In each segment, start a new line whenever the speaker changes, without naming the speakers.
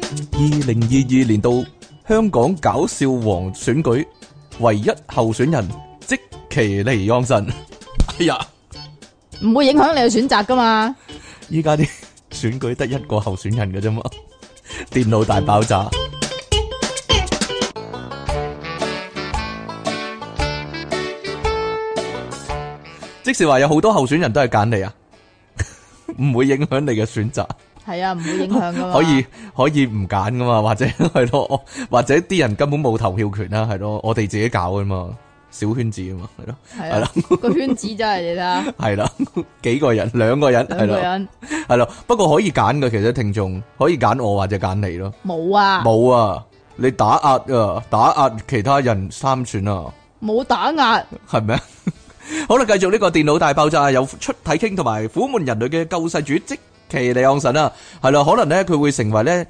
二零二二年度香港搞笑王選舉唯一候選人即其尼昂神。 哎呀，
唔會影響你嘅選擇噶嘛？
依家啲選舉得一個候選人嘅啫嘛， 電腦大爆炸。即是話有好多候選人都係揀你啊， 唔會影響你嘅選擇。
係啊，唔會影響噶嘛。
可以可以唔揀噶嘛， 或者係咯，或者啲人根本冇投票權啊啦，係咯，我哋自己搞噶嘛，小圈子啊嘛，係咯，
係
係
啊，個圈子真係你睇 下，
係啦，幾個人，兩個人，係
兩個
咯，
人
係咯，不過可以揀嘅，其實聽眾可以揀我或者揀你咯，
冇啊，
冇啊，你打壓啊，打壓其他人參選啊，
冇打壓，
係咪啊？ 好啦，繼續呢個電腦大爆炸，有出體傾同埋苦悶人類嘅救世主即其利昂神啊，係啦，可能咧佢會成為咧，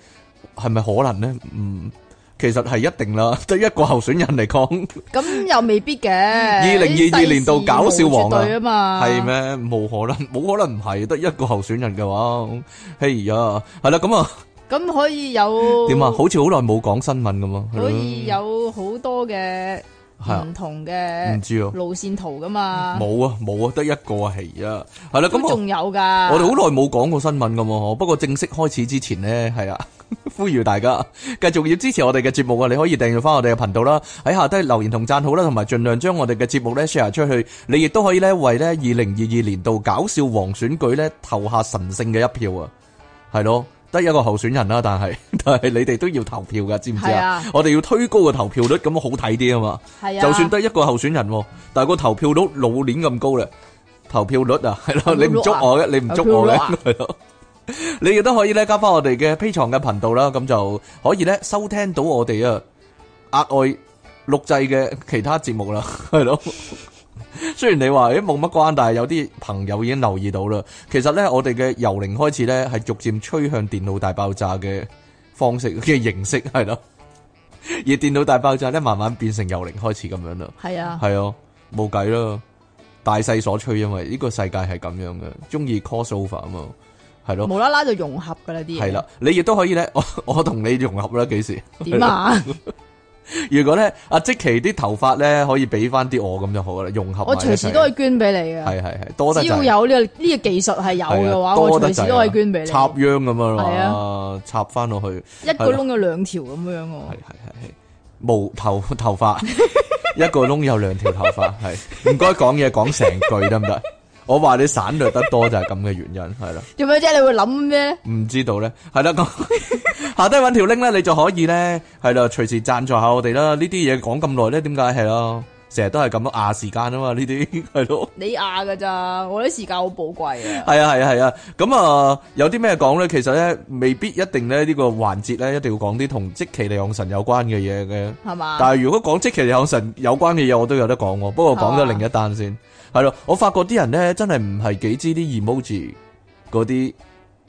係咪可能咧？嗯，其實係一定啦， 得一個候選人嚟講，
咁又未必嘅。二
2022年度搞笑王啊
啊嘛，
係？咩？冇可能，冇可能唔係得一個候選人嘅話，嘿呀，係啦，咁啊，
咁可以有
點啊？好似好耐冇講新聞咁啊，係咯
可以有好多嘅
係啊
唔同
唔
嘅
知啊，
路線圖噶嘛。
冇啊，冇啊，得一個係啊，係啦，咁
咁
我。
仲有噶，
我哋好耐冇講過新聞咁喎，不過正式開始之前呢，係啊， 呼籲大家繼續要支持我哋嘅節目啊！你可以訂閱翻我哋嘅頻道啦，喺下低留言同讚好啦，同埋盡量將我哋嘅節目呢 share 出去。你亦都可以呢為呢二零二二年度搞笑王選舉呢投下神聖嘅一票啊！係咯，得一個候選人啦，但係 但係你哋都要投票噶，知唔知
係
啊
啊？
我哋要推高個投票率，咁好睇啲啊嘛！
係啊，
就算得一個候選人喎，但係個投票率老年咁高啦，投票率啊，係咯，
投票率
你
啊
唔捉我嘅，你唔捉我嘅
投票率啊，
係咯。 你亦都可以咧加翻我哋嘅 P 床嘅頻道啦，咁就可以咧收聽到我哋啊額外錄製嘅其他節目啦， 係咯。雖然你話誒冇乜關，但係有啲朋友已經留意到啦。其實咧，我哋嘅由零開始咧，係逐漸趨向電腦大爆炸嘅方式嘅形式係咯。而電腦大爆炸咧，慢慢變成由零開始咁樣啦。
係啊，
係啊，冇計啦，大勢所趨，因為呢個世界係咁樣嘅，中意 crossover 啊嘛，係咯，
無啦啦就融合噶啦啲嘢。
係啦，你亦都可以咧， 我我同你融合啦，幾時？
點啊？
如果咧，阿即奇啲頭髮咧可以俾翻啲我咁就好啦，融合埋
我
一齊。
隨時都可以捐俾你嘅。
係係係，多得
只
滯
要有呢個呢個技術係有嘅
係啊
話，我
多得
隨時
滯
都可以
啊
捐俾你。
插秧咁樣
係
啊，插翻落去。
一個窿有兩條咁樣
係係
喎。
係係毛頭頭髮一個窿有兩條頭髮，係唔該講嘢講成句得唔得？我話你省略得多就係咁嘅原因，係啦，
做咩啫？你會諗咩？
唔知道咧，係啦咁下低揾條 link 咧，你就可以咧，係啦，隨時贊助下我哋啦。呢啲嘢講咁耐咧，點解係咯？成日都係咁樣壓時間啊嘛，呢啲係咯。
你亞噶咋？我啲時間好寶貴啊！
係啊係啊係啊，咁啊有啲咩講咧？其實咧未必一定咧呢個環節咧一定要講啲同即其利昂神有關 嘅嘢嘅。
係嘛？
但系如果講即其有神有關嘅嘢，我都有得講喎。不過講咗另一單先，
哦
係咯、我發覺啲人咧真係唔係幾知啲 emoji 嗰啲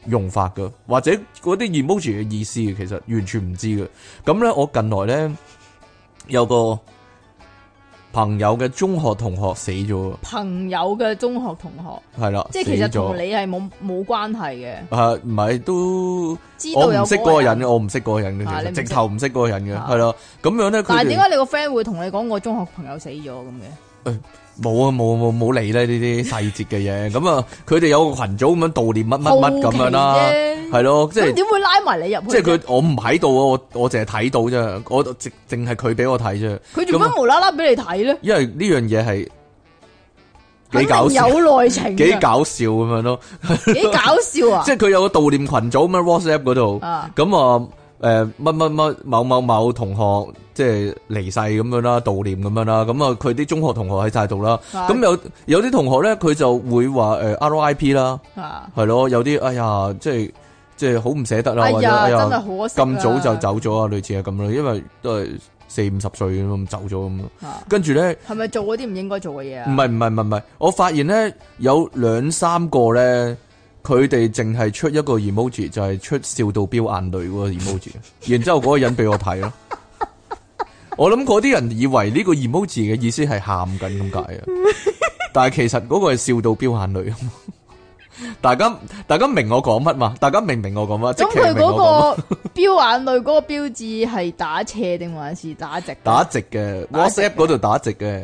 用法噶，或者嗰啲 emoji 嘅意思嘅，其實完全唔知嘅。咁咧，我近來咧有個朋友嘅中學同學死咗，
朋友嘅中學同學，
係啦，
即係其實
死咗
同你係冇冇關係嘅，
啊唔係都
知
我
道有
唔識
嗰
嗰
個
個人嘅，。我唔識嗰個人嘅，
啊
其
你
實
唔識
直頭唔識嗰個人嘅，
啊
係咯。咁樣咧，佢
但係
哋
點。解你個 friend 會同你講我中學朋友死咗咁嘅？
冇啊，冇冇冇理咧 呢啲細節嘅嘢。咁啊，佢哋有個群組咁樣悼念乜乜乜咁樣
好
啦
奇，啫
係咯，即
咁
係
點會拉埋你入去啫？
即係佢我唔喺度啊，我我淨係睇到啫，我淨淨係佢俾我睇啫。
佢做
咁啊
乜無啦啦俾你睇咧？
因為呢樣嘢係
肯
幾搞
定
笑，
有內情
幾
㗎，
搞笑咁樣咯。
幾搞笑啊
即！係佢有個悼念群組咁樣 WhatsApp 嗰度，
啊
咁啊誒乜乜乜某某某同學即係離世咁樣啦，悼念咁樣啦，咁啊佢啲中學同學喺晒度啦，
啊
咁有有啲同學咧佢就會話誒 RIP 啦。
啊！
係咯，有啲哎呀，即係即係好唔捨得啦，
哎
或者
呀，
哎
真係
呀
好可惜啊
咁早就走咗啊，類似係咁啦，因為都係四五十歲咁走咗咁咯。
啊！
跟住咧，
係咪做嗰啲唔應該做嘅嘢啊？
唔係唔係唔係唔係，我發現咧有兩三個咧，佢哋淨係出一個 emoji 就係出笑到飆眼淚嗰個 emoji，然之後嗰個人俾我睇咯。我諗嗰啲人以為呢個 emoji 嘅意思係喊緊咁解啊，但係其實嗰個係笑到飆眼淚啊嘛，大家大家明我講乜嘛？大家明唔明我講乜？即
咁
其
佢
明我講乜
嗰個標眼淚嗰個標誌係打斜定還是打直？
打，直嘅
打直嘅
WhatsApp 嗰度打直嘅，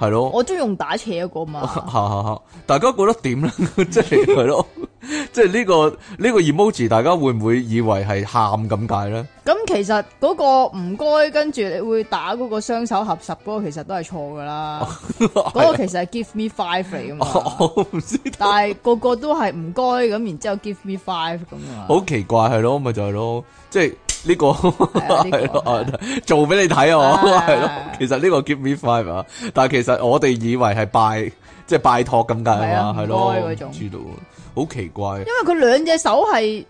係咯。
我中意用打斜嗰個 嘛。
吓吓吓！大家覺得點咧？ 即係係咯， 即係呢個呢個 emoji，大家會唔會以為係喊咁解咧？
咁其實嗰個唔該，跟住你會打嗰個雙手合十嗰個，其實都係錯 噶啦。嗰個其實係 give me five 嚟噶嘛，
我唔知，
但係個個都係唔該咁，然之後 give me five 咁啊。
好奇怪係咯，咪就係咯，即係呢個
啊呢個
係咯，做俾你睇啊，
啊
係咯。其實呢個 give me five 啊，但係其實我哋以為係拜，即係拜託咁解啊嘛，
係啊
係咯，
唔該嗰
唔
種
知道，好奇怪
因為佢兩隻手係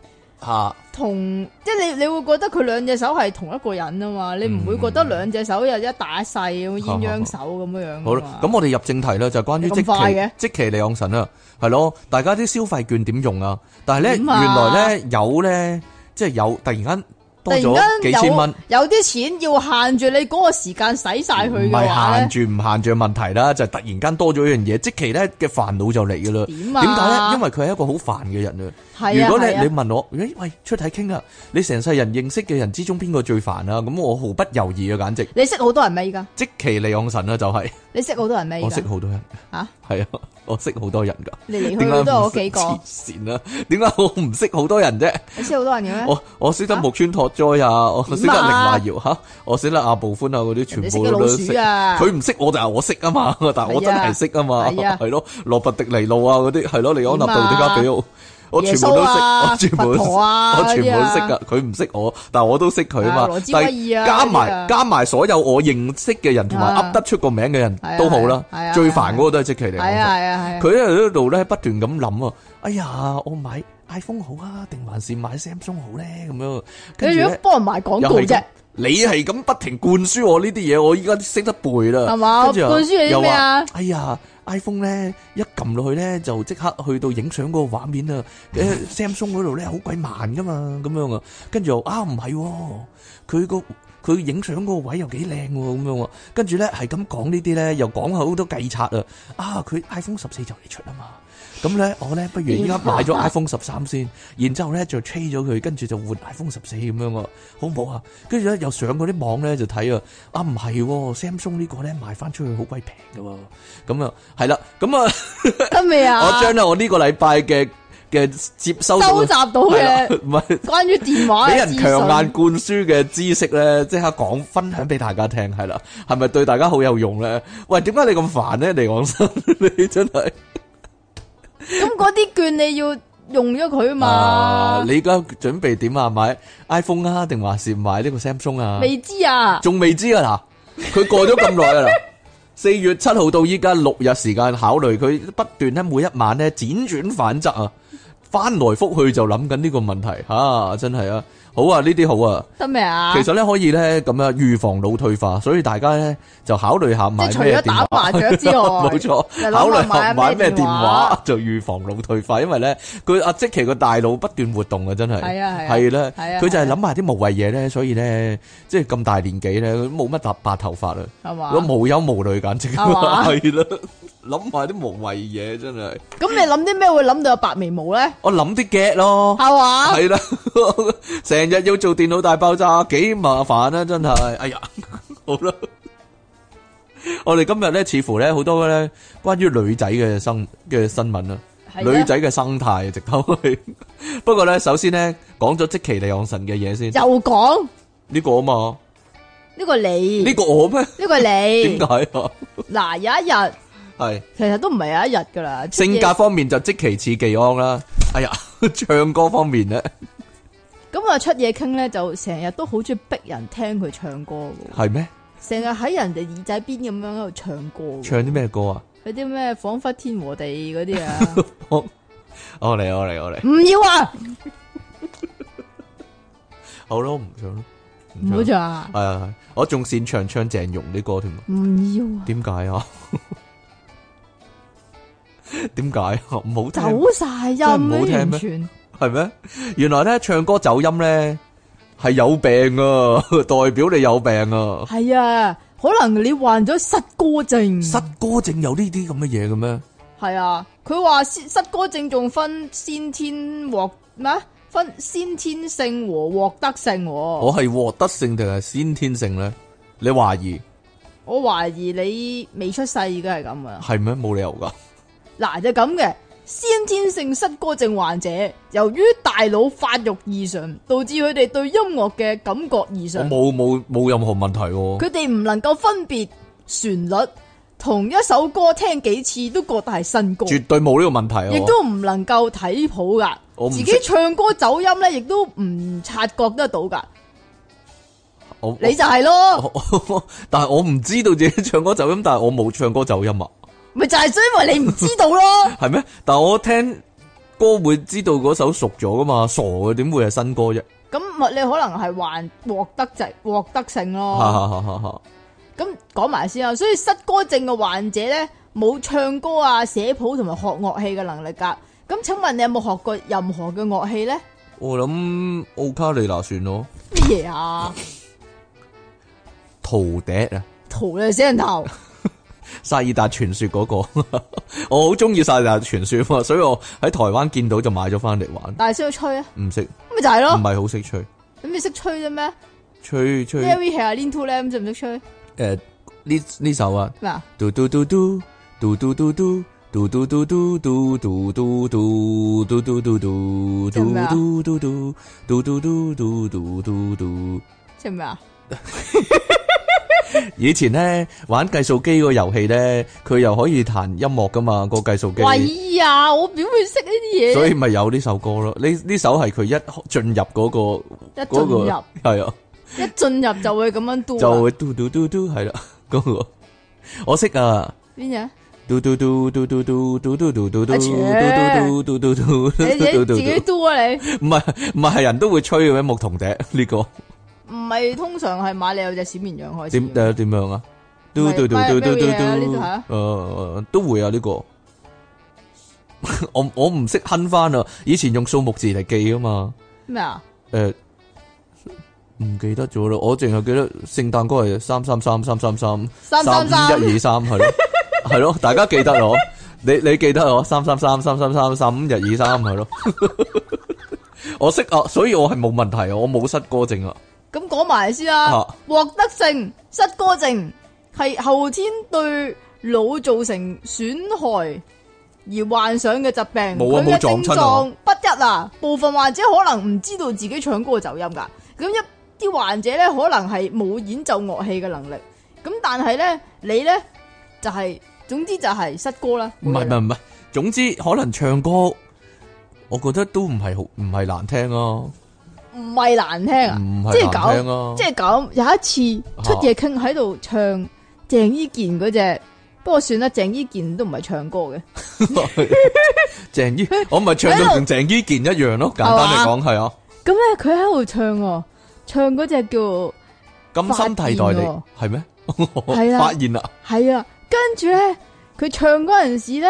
吓，
同，即係你你會覺得佢兩隻手係同一個人啊嘛，你唔會覺得
嗯
兩隻手又一打 細咁鴛鴦手咁樣樣
好
㗎嘛
啦，咁我哋入正題啦，就係關於
嗯咁
即
快嘅
期即期利昂神啦，係咯，大家啲消費券點用啊？但係咧，原
點啊
來咧有咧，即係有突然間
突
多
然
咗幾
間
千蚊
有，有啲錢要限住你嗰個時間使晒佢
唔
嘅話
係限
咧，
住唔限住嘅問題啦，就係突然間多咗一樣嘢，即期咧嘅煩惱就嚟噶啦。
點
點解咧？
啊？
因為佢係一個好煩嘅人啊。
係
如
啊，
果你
係啊
你問我，咦喂，出體傾啊，你成世人認識嘅人之中邊個最煩啊？咁我毫不猶豫啊，簡直
你識好多人咩？依家
即期利昂神啦，就係
你識好多人咩？依
我識
家
好多人
嚇，
係啊，我識好多人噶。
你嚟去
點解
去都有
唔
嗰幾個
黐，線啦？點解我唔識好多人啫？
你識好多人嘅咩？
我我識得木村拓哉啊，我識得
點
凌
啊
麗瑤吓，我識得阿部寬啊嗰啲，全
你識
部
嘅
都
老
識
鼠。啊！
佢唔識我，但係我識啊 嘛，但係我真係識啊嘛，
係啊
係咯，羅拔迪尼路啊嗰啲，係咯，利安納道迪加比奧，我全部都
耶穌
識，
啊
我全部都
佛
識，
陀啊
我全部都識
嗰啲
噶。佢唔識我，但係我都識佢啊
啊
嘛
羅。茲
但
威爾啊
加
嗰啲
埋
啊
加埋所有我認識嘅人，同埋
啊
噏得出個名嘅人
係啊
都好啦
係啊係。啊
最煩嗰個都係即其嚟
係啊係啊係啊！
佢喺度咧不斷咁諗啊，哎呀，我買 iPhone 好啊，定還是買 Samsung 好咧？咁樣，跟
你
住
如果
咧
幫人賣廣
又
告
係
啫
咁，，你係咁不停灌輸我呢啲嘢，我依家識得背啦，
係嘛
跟住又
灌輸你啲咩啊
又話哎呀，iPhone 咧一撳落去咧就即刻去到影相嗰個畫面啊，誒 Samsung 嗰度咧好鬼慢噶嘛，咁樣啊，跟住又啊唔係喎，佢個。佢影相嗰個位又幾靚喎，咁樣喎，啊跟住咧係咁講呢啲咧，又講好多計策啊！啊，佢 iPhone 十四就嚟出啊嘛，咁咧我咧不如依家
啊
買咗 iPhone 十三先，然之後咧就 trade 咗佢，跟住就換 iPhone 十四咁樣啊，好唔好啊？跟住咧又上嗰啲網咧就睇啊，啊唔係喎，Samsung 呢個咧賣翻出去好鬼平噶喎，咁啊係啦，咁啊
得未
我
啊？
將咧我呢個禮拜嘅嘅接收到
收集到
係啦
嘅
唔係。
關於電話
俾
嘅
人
資
強硬
訊，
灌輸嘅知識咧，即刻講分享俾大家聽，係啦，係咪對大家好有用咧？喂，點解你咁煩咧？你講真，你真係
咁嗰啲券你要用咗佢
啊
嘛！？
你而家準備點啊？買 iPhone 啊，定還是買呢個 Samsung 啊？
未知啊，
仲未知啊嗱，佢過咗咁耐啊嗱。 四月七號到依家六日時間考慮，佢不斷咧每一晚咧輾轉反側啊，翻來覆去就諗緊呢個問題啊，真係啊，好啊，呢啲好啊。
得未啊？
其實咧可以咧咁樣預防腦退化，所以大家咧就考慮下
即
買
係除
咩
咗
電
打
話。
麻雀之外，
冇錯，
就諗下
考慮下買咩
買咩
電
電
話
話
就預防腦退化，因為咧佢阿即奇個大腦不斷活動啊，真係
係啊係啊
係啦，
係啊
佢就係諗埋啲無謂嘢咧，所以咧即係咁大年紀咧，佢冇乜白白頭髮啊啦，
係嘛？
咁無憂無慮簡直
啊係 嘛
係啦，諗埋啲無謂嘢真係，
咁你諗啲咩會諗到有白眉毛 咧？
我諗啲 get 咯。
係嘛？
系啦，成日要做電腦大爆炸，幾麻煩啊！真係，哎呀， 好啦，我哋今日咧，似乎咧好多咧關於女仔嘅生嘅新聞啊，
係啊
女仔嘅生態啊直頭係。 不過咧，首先咧講咗即其利昂神嘅嘢先，
又講
呢個啊嘛，
呢個你，
呢個我咩？
呢個
點
你
解啊？
嗱有一日
係
其實都唔係有一日噶啦，出
性
嘢
格方面就即其似技安啦。哎呀，唱歌方面咧
咁啊出嘢傾咧就成日都好中意逼人聽佢唱歌㗎喎
係咩？
成日喺人哋耳仔邊咁樣喺度唱歌 㗎喎，
唱啲咩歌啊？
嗰啲咩仿佛天和地 嗰啲啊，
我嚟，我嚟，我嚟。
唔要啊，
好咯，唔唱咯，
唔好
唱。
唱啊，
系啊，我仲擅長唱鄭融啲歌添，
唔要啊，
點解啊？ 點解啊？唔好聽
走晒音
真係唔好聽咩
啊完全
係咩？原來咧唱歌走音咧係有病啊， 代表你有病啊！
係啊，可能你患咗失歌症，
失歌症有呢啲咁嘅嘢嘅咩？
系啊，佢话先膝哥症仲分先天获咩啊？分先天性和获得性喎。
我係獲得性定係先天性咧？你懷疑
我懷疑你未出世已經係咁噶啦。
係咩？冇理由噶。
嗱就咁嘅，先天性失歌症患者，由於大腦發育異常，導致佢哋對音樂嘅感覺異
我
常，
冇冇冇任何問題喎。
佢哋唔能夠分別旋律，同一首歌聽幾次都覺得係新歌。
絕對冇呢個問題啊！
亦都唔能夠睇譜噶
我，唔
自
識
己唱歌走音咧，亦都唔察覺得到噶。
我
你就係咯，
我但係我唔知道自己唱歌走音，但係我冇唱歌走音啊。。
咪就係因為你唔知道咯
係咩？但係我聽歌會知道嗰首熟咗噶嘛？傻嘅，點會係新歌啫？
咁咪你可能係患獲得症、獲得性咯。
哈哈哈哈哈！
咁講埋先啊，所以失歌症嘅患者咧，冇唱歌啊、寫譜同埋學樂器嘅能力噶。咁請問你有冇學過任何嘅樂器咧？
我諗奧卡利娜算咯，
乜嘢啊？
陶笛啊，
圖你死人頭，
薩爾達傳說嗰、個， 我好中意薩爾達傳說啊嘛，所以我喺台灣見到就買咗翻嚟玩，
但係識唔識吹啊？
唔識，
咁咪就係
唔
咯，
係好識吹，
咁你識吹啫咩
吹吹誒
？Harry 係啊，Lean to Lam 識唔識吹
呢呢首啊，
咩啊？
嘟嘟嘟嘟嘟嘟嘟嘟。嘟嘟嘟嘟嘟嘟嘟嘟嘟嘟嘟嘟嘟嘟嘟嘟嘟嘟嘟嘟嘟嘟嘟。
識咩啊？
以前咧玩計數機個遊戲咧，佢又可以彈音樂噶嘛個計數機。
喂呀，我點會識呢啲嘢？
所以咪有呢首歌咯。呢呢首係佢一進入嗰、
一
個
進
嗰、
入
個係啊，
一進入就會咁樣嘟
就
啊。
會嘟嘟嘟嘟係啦 嗰個，我識啊。
邊嘢？
嘟嘟嘟嘟嘟嘟嘟嘟嘟嘟嘟嘟
阿
嘟
切
嘟嘟嘟嘟嘟
你
嘟
你
嘟
自己
嘟，
嘟啊你？
唔係唔係人都會吹嘅咩？牧童 笛呢個
唔係通常係買你有隻小綿羊開始。
點誒點樣啊？嘟嘟嘟嘟嘟嘟嘟，誒都會啊呢個。 我我唔識哼翻啊！以前用數目字嚟記啊嘛。
咩啊？
诶，唔記得咗啦，我淨係記得聖誕歌係三三三三三三
三三三
五一二三 係咯，係咯，大家記得我，你你記得我三三三三三三三五一二三係咯， 我識啊，所以我係冇問題啊，我冇失歌症啊，
咁講埋先啦
啊，
獲得性失歌症係後天對腦造成損害而患上嘅疾病，
冇啊
佢嘅
冇撞
症
親啊
狀不一啊。部分患者可能唔知道自己唱歌嘅走音㗎，咁一啲患者咧可能係冇演奏樂器嘅能力，咁但係咧你咧就係、總之就係失歌啦。
唔係唔係唔係，總之可能唱歌，我覺得都唔係好唔係難聽啊，
唔係難聽啊，
唔
即
係
係
難
咁
聽。啊
即，系咁，有一次出嘢傾喺度唱鄭伊健嗰只，不過算啦，鄭伊健都唔係唱歌嘅，
鄭伊，我咪唱到同鄭伊健一樣咯，簡單嚟講係啊。
咁咧佢喺度唱喎，唱嗰只叫
咁心替代
發現
你
喎
係咩？
係 啊
發現啦，
係啊，跟住咧佢唱嗰陣時咧，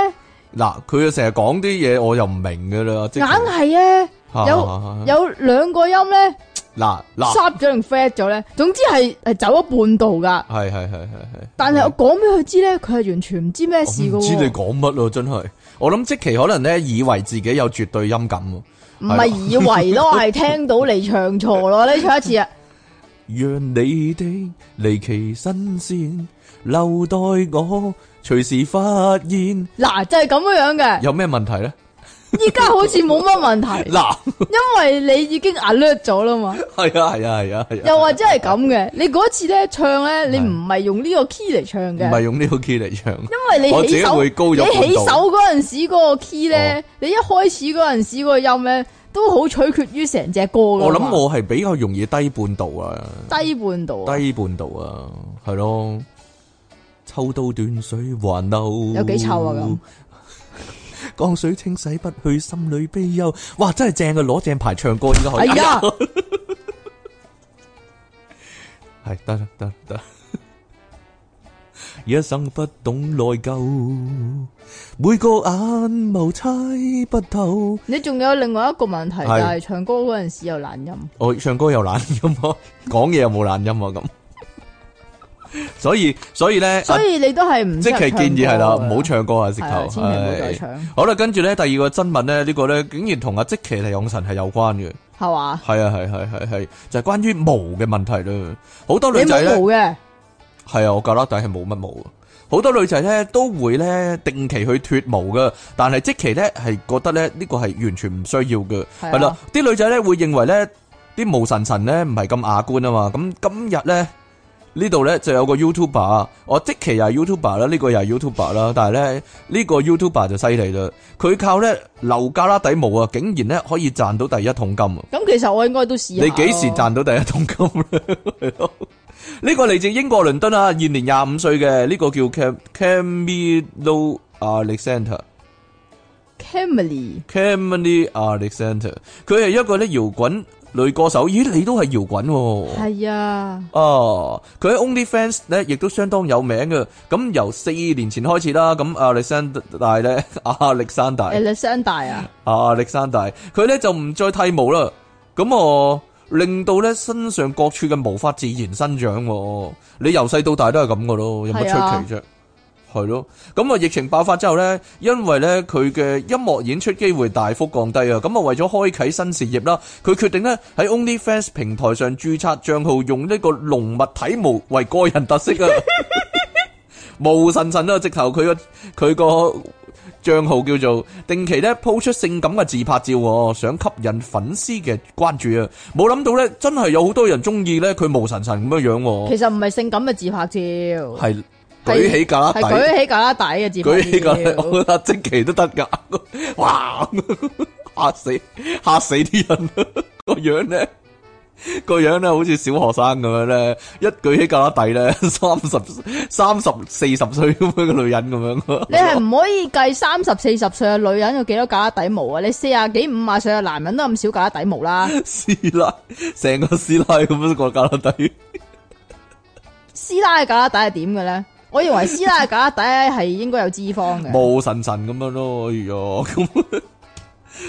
嗱，佢又成日講啲嘢，我又唔明噶啦，即
硬
係啊
係咧
有
有兩個音咧
嗱嗱，
，sharp 咗定 flat 咗咧，總之係系走咗半度噶，
係係係係係，
但係我講俾佢知咧，佢係完全唔知咩事
嗯我
噶
唔知你
喎，
講乜咯，真係。我諗即期可能咧，以為自己有絕對音感喎，
唔係以為咯，係聽到你唱錯咯，你唱一次啊，
讓你的離奇新鮮留待我隨時發現，
嗱就係咁樣样嘅。
有咩問題 咧？
依家好似冇乜 問題，
嗱，
因為你已經 alert 咗啦 嘛。
係啊係啊係啊係啊，
又或者係咁嘅，你嗰次咧唱咧，你唔係用呢個 key 嚟唱
唔係
嘅，
用呢個 key 嚟唱，
因為
我
你
自
起
己
手，
會高咗
你起手
半
啊
度
嗰陣時嗰個 key
哦
咧，你一開始嗰陣時嗰個音咧，都好取決於成隻歌噶嘛。
我諗我係比較容易低半度啊。
低半度啊，
低半度啊，系咯，抽刀斷水還流，
有幾臭啊咁？
江水清洗不去心裏悲憂，哇！真係正啊，攞正牌唱歌依家可以。
哎呀
係得啦，得啦 得啦。一生不懂內疚，每個眼眸猜不透。
你仲有另外一個問題，就
係
係唱歌嗰陣時有懶音。
我唱歌又懶音啊，講嘢又冇懶音啊，咁 所以所以咧，
所以你都係唔
即其建議係啦，唔好
唱
唱歌啊，直
係啊
頭。
千祈唔好再
係
唱，
好啦，跟住咧，第二個新聞咧，呢個咧竟然同阿即其利用神係有關嘅，
係嘛？
係啊，係係係係，就係關於毛嘅問題啦。好多
你
女仔
冇
咧，
毛啊嘅，
係啊，我覺得但係冇乜毛。啊好多女仔咧都會咧定期去脱毛噶，但係即其咧係覺得咧呢個係完全唔需要嘅。
係
系啦
啊，，
啲女仔咧會認為咧啲毛神神咧唔係咁雅觀啊嘛。咁今日咧呢度咧就有個 YouTuber，啊我即期又係 YouTuber 啦，呢個又係 YouTuber 啦，但係咧呢個 YouTuber 就犀利啦，佢靠咧流加拉底毛啊，竟然咧可以賺到第一桶金啊！
咁其實我應該都試下。
你幾時？賺到第一桶金咧？係咯 呢個嚟自英國倫敦啊，現年廿五歲嘅呢個叫 Cam Camilo Alexander。
Camille
Camille Alexander，佢係一個咧搖滾女歌手。咦，你都係搖滾喎？
係啊，
哦，佢喺 OnlyFans 咧，亦都相當有名嘅。咁由四年前開始啦，咁亞歷山大 咧，亞歷山大，
a l e x a n d r 啊，
亞歷山大，佢咧就唔再剃毛啦。咁我令到咧身上各處嘅毛髮自然生長喎。你由細到大都係咁嘅咯，有乜
係啊
出奇啫？係咯，咁啊疫情爆發之後咧，因為咧佢嘅音樂演出機會大幅降低啊，咁啊為咗開啟新事業啦，佢決定咧喺 OnlyFans 平台上註冊帳號，用呢個濃密體毛為個人特色啊，無神神啊，直頭佢個佢個帳號叫做定期咧鋪出性感嘅自拍照喎，想吸引粉絲嘅關注啊，冇諗到咧真係有好多人中意咧佢無神神咁樣樣喎，
其實唔係性感嘅自拍照，係
係舉起架底。
舉起架拉底嘅自
舉
拍
起個
照。
我覺得即期都得噶， 哇！嚇死嚇死啲人， 個樣咧個樣咧好似小學生咁樣咧，一舉起架底咧，三十三十四十歲咁樣嘅女人咁樣，
你係唔可以計三十四十歲嘅女人有幾多架底毛啊？你四啊幾五啊歲嘅男人都咁少架底毛 啦，
師奶成個師奶咁樣個架底，
師奶嘅架底係點嘅咧？我認為師奶嘅架底係應該有脂肪嘅，
冇神神咁樣咯，哎呀咁。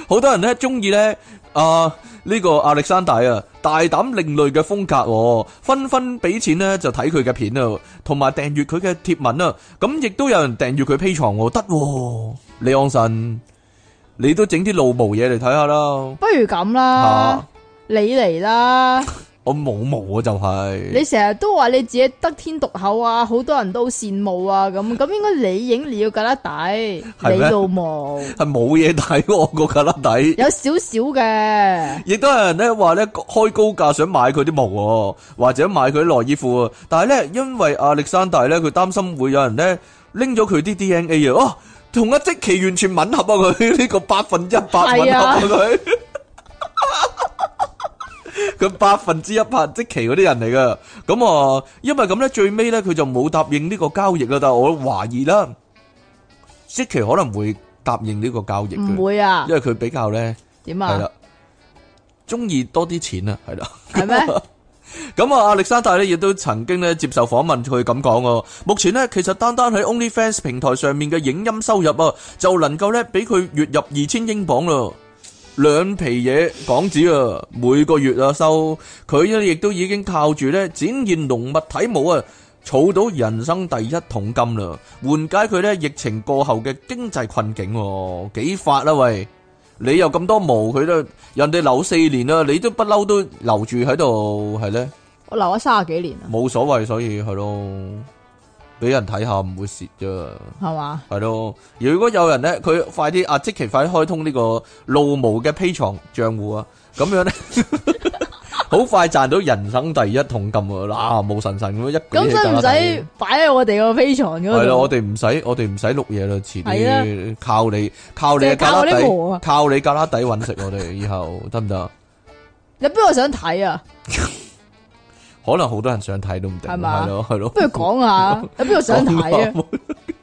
好多人咧中意咧啊呢、個亞歷山大啊，大膽另類嘅風格、喎，紛紛俾錢咧就睇佢嘅片啊，同埋訂閱佢嘅貼文啊，咁亦都有人訂閱佢 P 床喎，得喎、李昂臣，你都整啲露毛嘢嚟睇下啦，
不如咁
吓、
啦，你嚟啦，
我冇毛啊就係、
你成日都話你自己得天獨厚啊，好多人都好羨慕啊咁，咁應該你影你要架拉底，
係
你
咩
老毛
係冇嘢睇我個架甩底。
有少少嘅，
亦都有人咧話咧開高價想買佢啲毛喎，或者買佢啲內衣褲喎，但係咧因為亞歷山大咧，佢擔心會有人咧拎咗佢啲 DNA 啊，哦，同阿即奇完全吻合啊！佢 呢個百分一百吻
係
合
啊
啊！佢佢百分之一百即奇嗰啲人嚟噶，咁啊，因為咁咧最尾咧佢就冇答應呢個交易啦，但係我懷疑啦，即奇可能會答應呢個交易
唔
嘅，
會啊
因，為佢比較咧。
點
系
啊
啦，，中意多啲錢啊，係啦。
係咩？
咁啊，亞歷山大咧亦都曾經咧接受訪問，佢咁講喎。目前咧，其實單單喺 OnlyFans 平台上面嘅影音收入啊，就能夠咧俾佢月入二千英鎊咯。兩皮嘢港紙啊，每個月啊收佢咧，亦都已經靠住咧展現濃密體毛啊，儲到人生第一桶金啦，緩解佢咧疫情過後嘅經濟困境喎，幾發啦喂！你又咁多毛，佢都人哋留四年啦，你都不嬲都留住喺度，係咧。
我留咗三十幾年啊，
冇所謂，所以係咯，俾人睇下唔會蝕啫，
係嘛？
係咯。如果有人咧，佢快啲啊，即期快啲開通呢個路毛嘅 P 床賬户啊，咁樣咧， 好快賺到人生第一桶金啊！嗱，冇神神咁樣一
咁
舉起
使唔
架底
使擺喺我哋個 p a t r o n
係
嗰
啦，我
度？
哋唔使，我哋唔使錄嘢啦，遲
係啊
啲靠你，靠你
淨係
架
靠
拉
我啲毛
底
啊，
靠你架拉底揾食，我哋以後得唔得啊？
你邊個想睇啊？
可能好多人想睇都唔定，
係嘛
係咯，係咯。
不如 講下，有邊個想睇啊
講？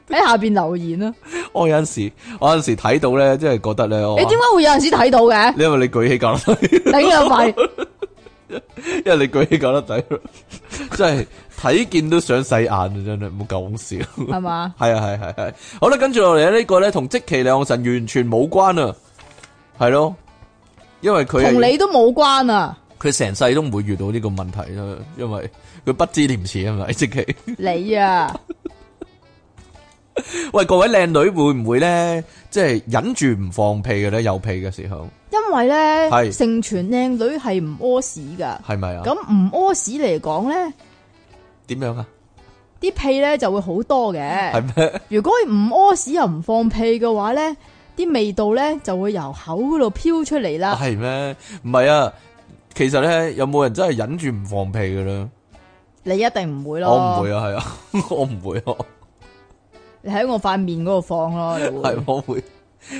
下
喺下邊留言啊！
我有阵时，我有阵时睇到咧，即係覺得咧，我
你點解會有陣時睇到嘅？
因為你舉起架甩 底，
你又咪
因為你舉起架 甩底，真係睇見都想洗眼啊！真係唔好講笑。
係嘛？
係啊，係係 係。好啦，跟住落嚟呢個咧，同即其兩神完全冇關啊，係咯，因為佢
同
係
你都冇關啊！
佢成世都唔會遇到呢個問題啦，因為佢不知廉恥啊嘛， 即其。
你啊，
喂，各位靚女會唔會咧，即係忍住唔放屁嘅咧？有屁嘅時候
因为咧
係
成全靚女係唔屙屎噶，
係咪啊？
咁唔屙屎嚟講咧，
點樣啊？
啲屁咧就會好多嘅。
係咩？
如果唔屙屎又唔放屁嘅話咧，啲味道咧就會由口嗰度飄出嚟啦。
係咩？唔係啊。其實咧，有冇人真係忍住唔放屁嘅咧？
你一定唔會咯，
我唔會啊，係啊， 我唔會啊，
你喺我塊面嗰度放咯，你 會
係我會，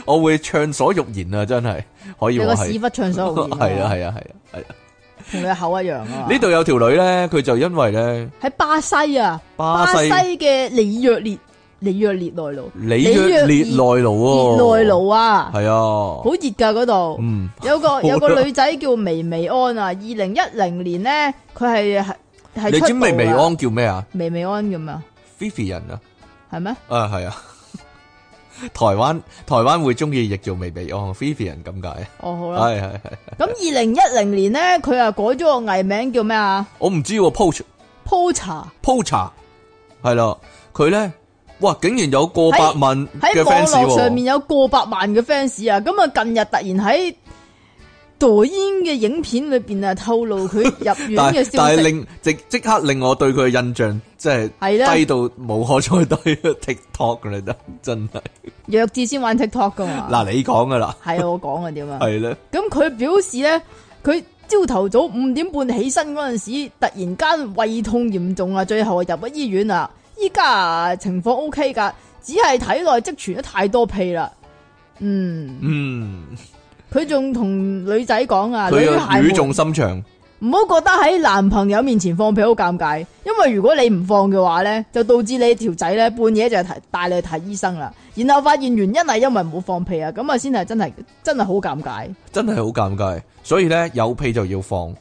我會暢所欲言啊！真係可以
你
話
個屎
係，
忽暢所欲言，
係啊，，係啊，係啊，係啊。
同你個口一樣啊嘛。
呢度有條女咧，佢就因為咧
喺巴西啊，
巴
巴西
西
嘅里約列里約列內盧，
里約列內盧
熱
喎，
內盧啊，
係啊，
好熱噶嗰度。
嗯，
有個
好
有個
啦
女仔叫薇薇安啊，二零一零年咧，佢係係係
你
出
知
道
薇薇
啊
安叫咩啊
薇薇安咁啊，
？Vivi 人啊，
係咩？
啊係啊， 台灣台灣會中意譯做薇薇安，Vivi 人咁解，
哦好啦，
係係係，
咁二零一零年咧，佢啊改咗個藝名叫咩啊
我唔知喎 p o a c h
？Pocha
p o a c h 係啦，佢咧，哇，竟然有過百萬嘅
喺網
fans
絡上面
喎，
有過百萬嘅 fans 啊！咁啊，近日突然喺導演嘅影片裏邊啊，透露佢入院
但
嘅
係但係
消息，
令即即刻令我對佢嘅印象即係
係啦
低到無可再低，TikTok 嚟得真係，
弱智先玩 TikTok 噶嘛？
嗱你講噶啦，
係啊，我講啊點啊？
係啦。
咁佢表示咧，佢朝頭早五點半起身嗰陣時，突然間胃痛嚴重啊，最後啊入咗醫院啊。依家啊情況 O K 噶，只係體內積存咗太多屁啦。嗯，
嗯，
佢仲同女仔講啊，
佢
女
嘅
孩
語
們
重心長，
唔好覺得喺男朋友面前放屁好尷尬，因為如果你唔放嘅話呢，就導致你條仔呢半夜就係提帶你去睇醫生啦，然後發現原因係因為冇放屁啊，咁啊先係真係真係好尷尬，
真係好尷尬。所以咧，有屁就要放。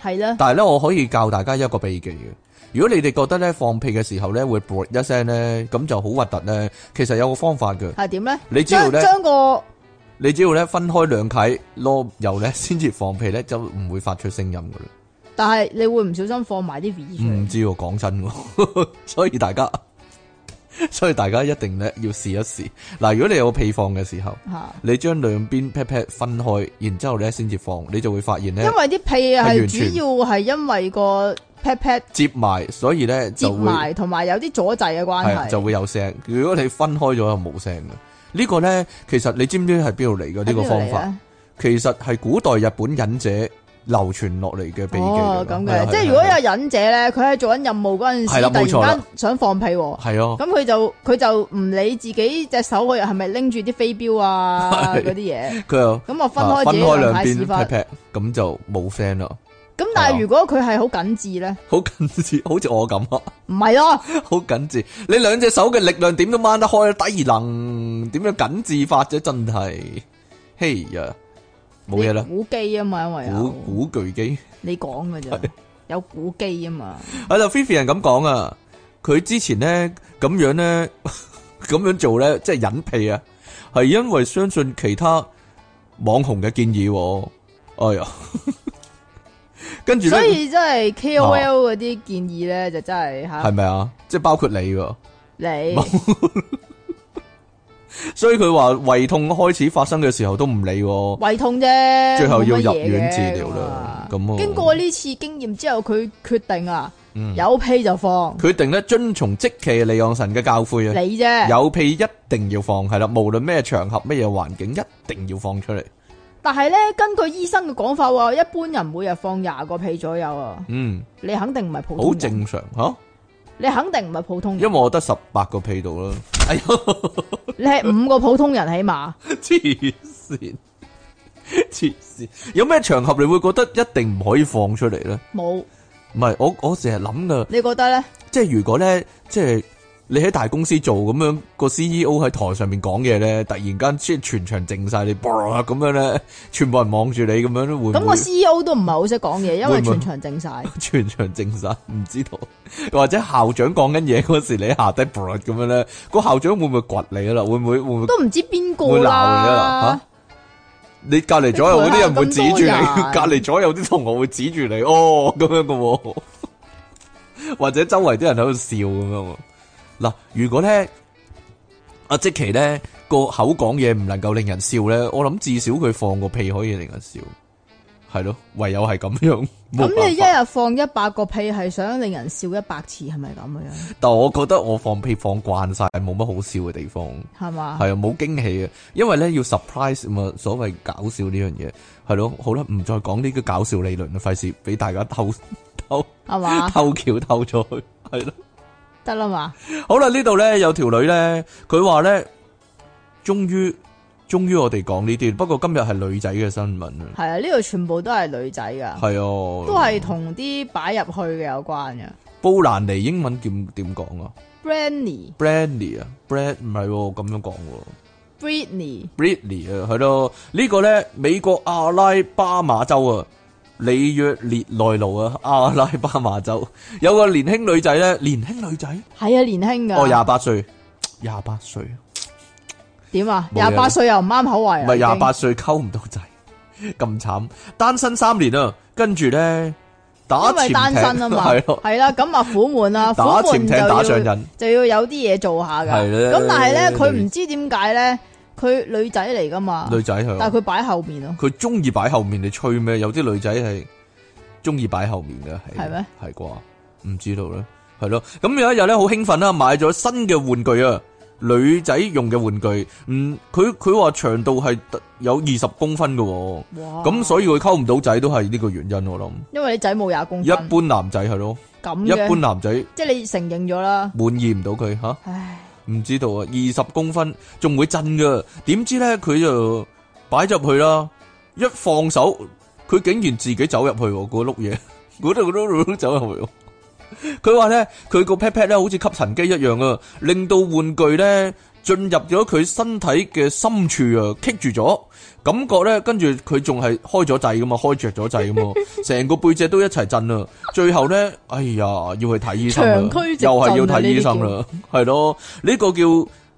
係啦，
但係咧，我可以教大家一個秘技嘅。如果你哋覺得咧放屁嘅時候咧會噗一聲咧，咁就好核突咧。其實有個方法嘅，
係點呢？
你知道
將
咧，
將個
你只要咧分開兩啟攞油咧，先至放屁咧，就唔會發出聲音噶啦。
但係你會唔小心放埋啲 V 出
唔
嚟，
知喎，講真喎， 所以大家，所以大家一定咧要試一試。嗱，如果你有屁放嘅時候，
吓、
你將兩邊 pat pat 分開，然之後咧先至放，你就會發現咧。
因為啲屁
係
係
完全
主要係因為個 pat pat
接埋，所以咧
接
就會
埋，同埋有啲阻滯嘅關
係啊
係，
就會有聲。如果你分開咗就冇聲嘅。呢個咧，其實你知唔知係邊度嚟嘅呢個方
喺邊啊
法？其實係古代日本忍者流傳落嚟嘅秘技
度嚟呢。哦
嚟㗎。，
咁
係啊
嘅，即係如果
係啊
有忍者咧，佢喺做緊任務嗰陣
係啦冇
時，突
錯
然
啦
間想放屁
係
喎。
啊，
咁佢就佢就唔理自己隻手嗰日係咪拎住啲飛鏢啊
係
嗰啲嘢，
佢又
咁我分
啊
開自
分
己
開
兩
兩
塊屎
邊啊
忽。
pat pat，咁就冇聲啦。
咁但係如果佢係好緊致咧，
好緊致，好似我咁啊，
唔係咯，
好緊致。你兩隻手嘅力量點都掹得開啦，低能點樣緊致法啫？真係，嘿呀，冇嘢啦
你，古機啊嘛，因為有
古古巨基。
你講嘅啫，有古機啊嘛，
喺度 Fifi 人咁講啊，佢之前咧咁樣咧 咁樣做咧，即係隱屁啊，係因為相信其他網紅嘅建議喎。哎呀， 跟住
所
咧
以真係 KOL 嗰啲建議咧就真係
啊係
吓
咪啊？即係包括你喎，
你
所以佢話胃痛開始發生嘅時候都唔理喎。
胃痛啫，
最後要
冇乜嘢
入院
嘅
治療啦
咁啊
咁啊
經過呢次經驗之後，佢決定啊，
嗯
有屁就放
佢定咧遵從即其利昂神嘅教誨啊，
你啫。
有屁一定要放，係啦，無論咩場合、乜嘢環境，一定要放出嚟。
但系咧，根據醫生嘅講法喎，一般人每日放廿個屁左右啊，
嗯，
你肯定唔係普通人
好正常嚇。
你肯定唔係普通
因為
人，
我得十八個屁度啦。哎呀，
你係五個普通人起碼。
黐線，黐線！有咩場合你會覺得一定唔可以放出嚟咧？
冇，
唔係，我我成日諗噶，
你覺得咧？
即係如果咧，即係你喺大公司做咁樣，個 CEO 喺台上面講嘢咧，突然間即係全場靜晒，你 啵咁樣咧，全部人望住你咁樣，會唔
咁個
會
CEO 都唔係好識講嘢，因
會
為
唔會
全場靜晒。
全場靜晒？唔知道，或者校長講緊嘢嗰時，你喺下低 啵咁樣 咧，個校長會唔會掘你啊啦？會唔會會唔會
都唔知邊個
會鬧你啊
啦
嚇？你隔離左右嗰啲人會指住
你
你，
台下咁多 人
隔離左右啲同學會指住你，哦咁樣嘅喎， 或者周圍啲人喺度笑咁樣喎。嗱，如果咧阿即奇咧個口講嘢唔能夠令人笑咧，我諗至少佢放個屁可以令人笑，係咯，唯有係咁樣。冇
咁你
辦
一
法。
日放一百個屁，係想令人笑一百次，係咪咁樣？
但我覺得我放屁放慣晒，冇乜好笑嘅地方，
係嘛？
係啊，冇驚喜啊，因為咧要 surprise 啊嘛，所謂搞笑呢樣嘢係咯，好啦，唔再講呢個搞笑理論啦，費事俾大家偷 偷
係嘛？
偷橋偷咗去，係咯，
得啦嘛？
好啦，呢度咧有條女咧，佢話咧，終於終於我哋講呢啲，不過今日係女仔嘅新聞啊，
係啊，呢度全部都係女仔噶，
係啊，
都係同啲擺入去嘅有關嘅。
布蘭尼英文點點講啊
Brandy、
？Brandy 啊，Brad 唔係喎，咁樣講喎。
Britney
Britney 啊，係咯，呢個咧美國阿拉巴馬州啊，里約列內盧啊，阿拉巴馬州 有個年輕女仔咧，年輕女仔，
係啊，年輕
哦廿
噶。
八歲，廿八歲，
點啊？
冇嘢啦
廿八歲又唔啱口
唔
味啊？
係
已經
廿八歲溝唔到仔， 咁慘，單身三年啊，跟住咧打
因為
潛
單身啊
艇，
嘛，
係咯，
係啦，咁啊苦悶啦，苦
打潛
悶
艇
就
打上
要
癮，
就要有啲嘢做下噶。
係咧
咁但係咧，佢
女
唔知點解咧，佢女仔嚟噶嘛，
女仔係
但
啊，
係佢擺後面咯，
佢中意擺後面，你吹咩？有啲女仔係中意擺後面嘅，
係咩？
係啩？唔知道咧，係咯。咁有一日咧，好興奮啦，買咗新嘅玩具啊，女仔用嘅玩具。嗯，佢佢話長度係得有二十公分嘅喎，
哇！
咁所以佢溝唔到仔都係呢個原因我諗。
因為你仔冇廿公
一
分，
般男仔係咯，
咁
一般
嘅，
男仔
即係你承認咗啦。
滿意唔到佢吓。
唉，
唔知道啊，二十公分仲會震噶，點知咧佢就擺入去啦，一放手佢竟然自己走入去喎，嗰碌嘢， 嗰度嗰度走入去喎。佢話咧，佢個 pat pat 咧好似吸塵機一樣啊，令到玩具咧進入咗佢身體嘅深處啊，棘住咗，感覺咧跟住佢仲係開咗掣噶嘛，開着咗掣 噶嘛，成個背脊都一齊震啊！最後咧，哎呀，要去睇醫生啦，
長驅直進
又
啊
係要睇醫生啦，係咯，呢、個叫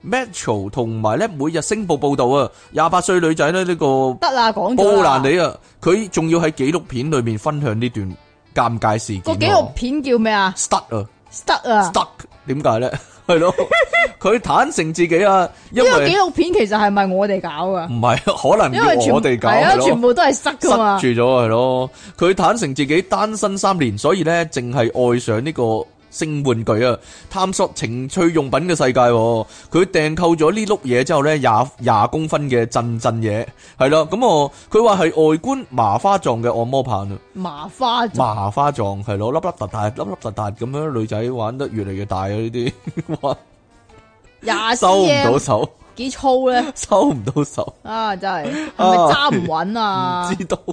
Metro 同埋咧每日星報報導啊，廿八歲女仔咧呢、呢個。
得啦， 講
布
咗啦。
蘭尼啊，佢仲要喺紀錄片裏面分享呢段尷尬事件
個
喎。
紀錄片叫咩啊
stuck 啊
？Stuck 啊！
，stuck 點 解咧？係咯，佢坦誠自己啊，因
呢個紀
為
錄片其實係咪我哋搞噶？
唔係可能
因為全
要我哋搞
係啊，
係
全
咯。
部都係塞噶嘛
塞。住咗係咯，佢坦誠自己單身三年，所以咧淨係愛上呢個性玩具啊，探索情趣用品嘅世界喎。佢訂購咗呢碌嘢之後咧，廿廿公分嘅震震嘢，係啦，咁我佢話係外觀麻花狀嘅按摩棒啊。
麻花 狀
麻花狀係咯，粒粒突突，粒粒突突咁樣，女仔玩得越嚟越大啊！呢啲哇，
廿
收唔
cm
到手，
幾粗咧？
收唔到手，
啊，真係係咪揸唔穩啊
唔？知道。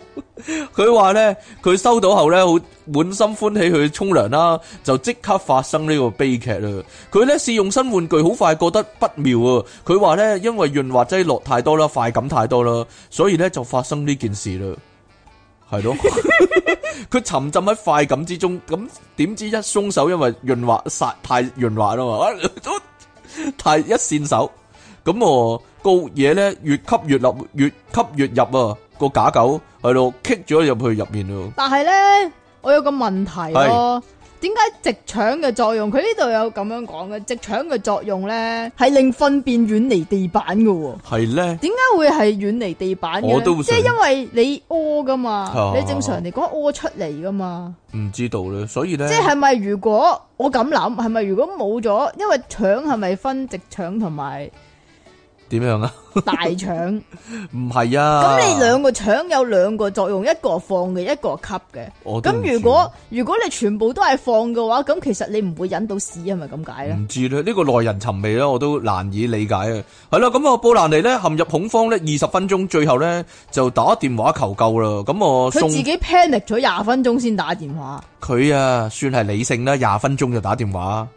佢話咧，佢收到後咧，好滿心歡喜去沖涼啦，就即刻發生呢個悲劇啦。佢咧試用新玩具，好快覺得不妙啊！佢話咧，因為潤滑劑落太多啦，快感太多啦，所以咧就發生呢件事啦。係咯， 佢沉浸喺快感之中，咁點知一鬆手，因為潤滑殺太潤滑啦嘛，啊 都太一線手，咁我個嘢咧越吸越入，越吸越入啊！個假狗係咯，棘咗入去入面啊咯，
但係咧，我有個問題咯。點解直腸嘅作用？佢呢度有咁樣講嘅，直腸嘅作用咧係令糞便遠離地板嘅喎。
係咧
點解會係遠離地板嘅咧？
我都
即
想
係因為你屙噶
啊
嘛，你正常嚟講屙出嚟噶嘛。
唔知道咧，所以咧
即係咪如果我咁諗，係咪如果冇咗，因為腸係咪分直腸同埋
點樣啊？
大腸？
唔係 啊，
咁你兩個腸有兩個作用，一個係放嘅，一個係吸嘅。
我都唔
咁如果如果你全部都係放嘅話，咁其實你唔會引到屎，係咪咁解
知
咧？
唔知咧，呢個耐人尋味咧，我都難以理解啊。係啦，咁啊，布蘭尼咧陷入恐慌咧，二十分鐘，最後咧就打電話求救啦。咁我
佢
送
自己 panic 咗廿分鐘先打電話，
佢啊，算係理性啦，廿分鐘就打電話，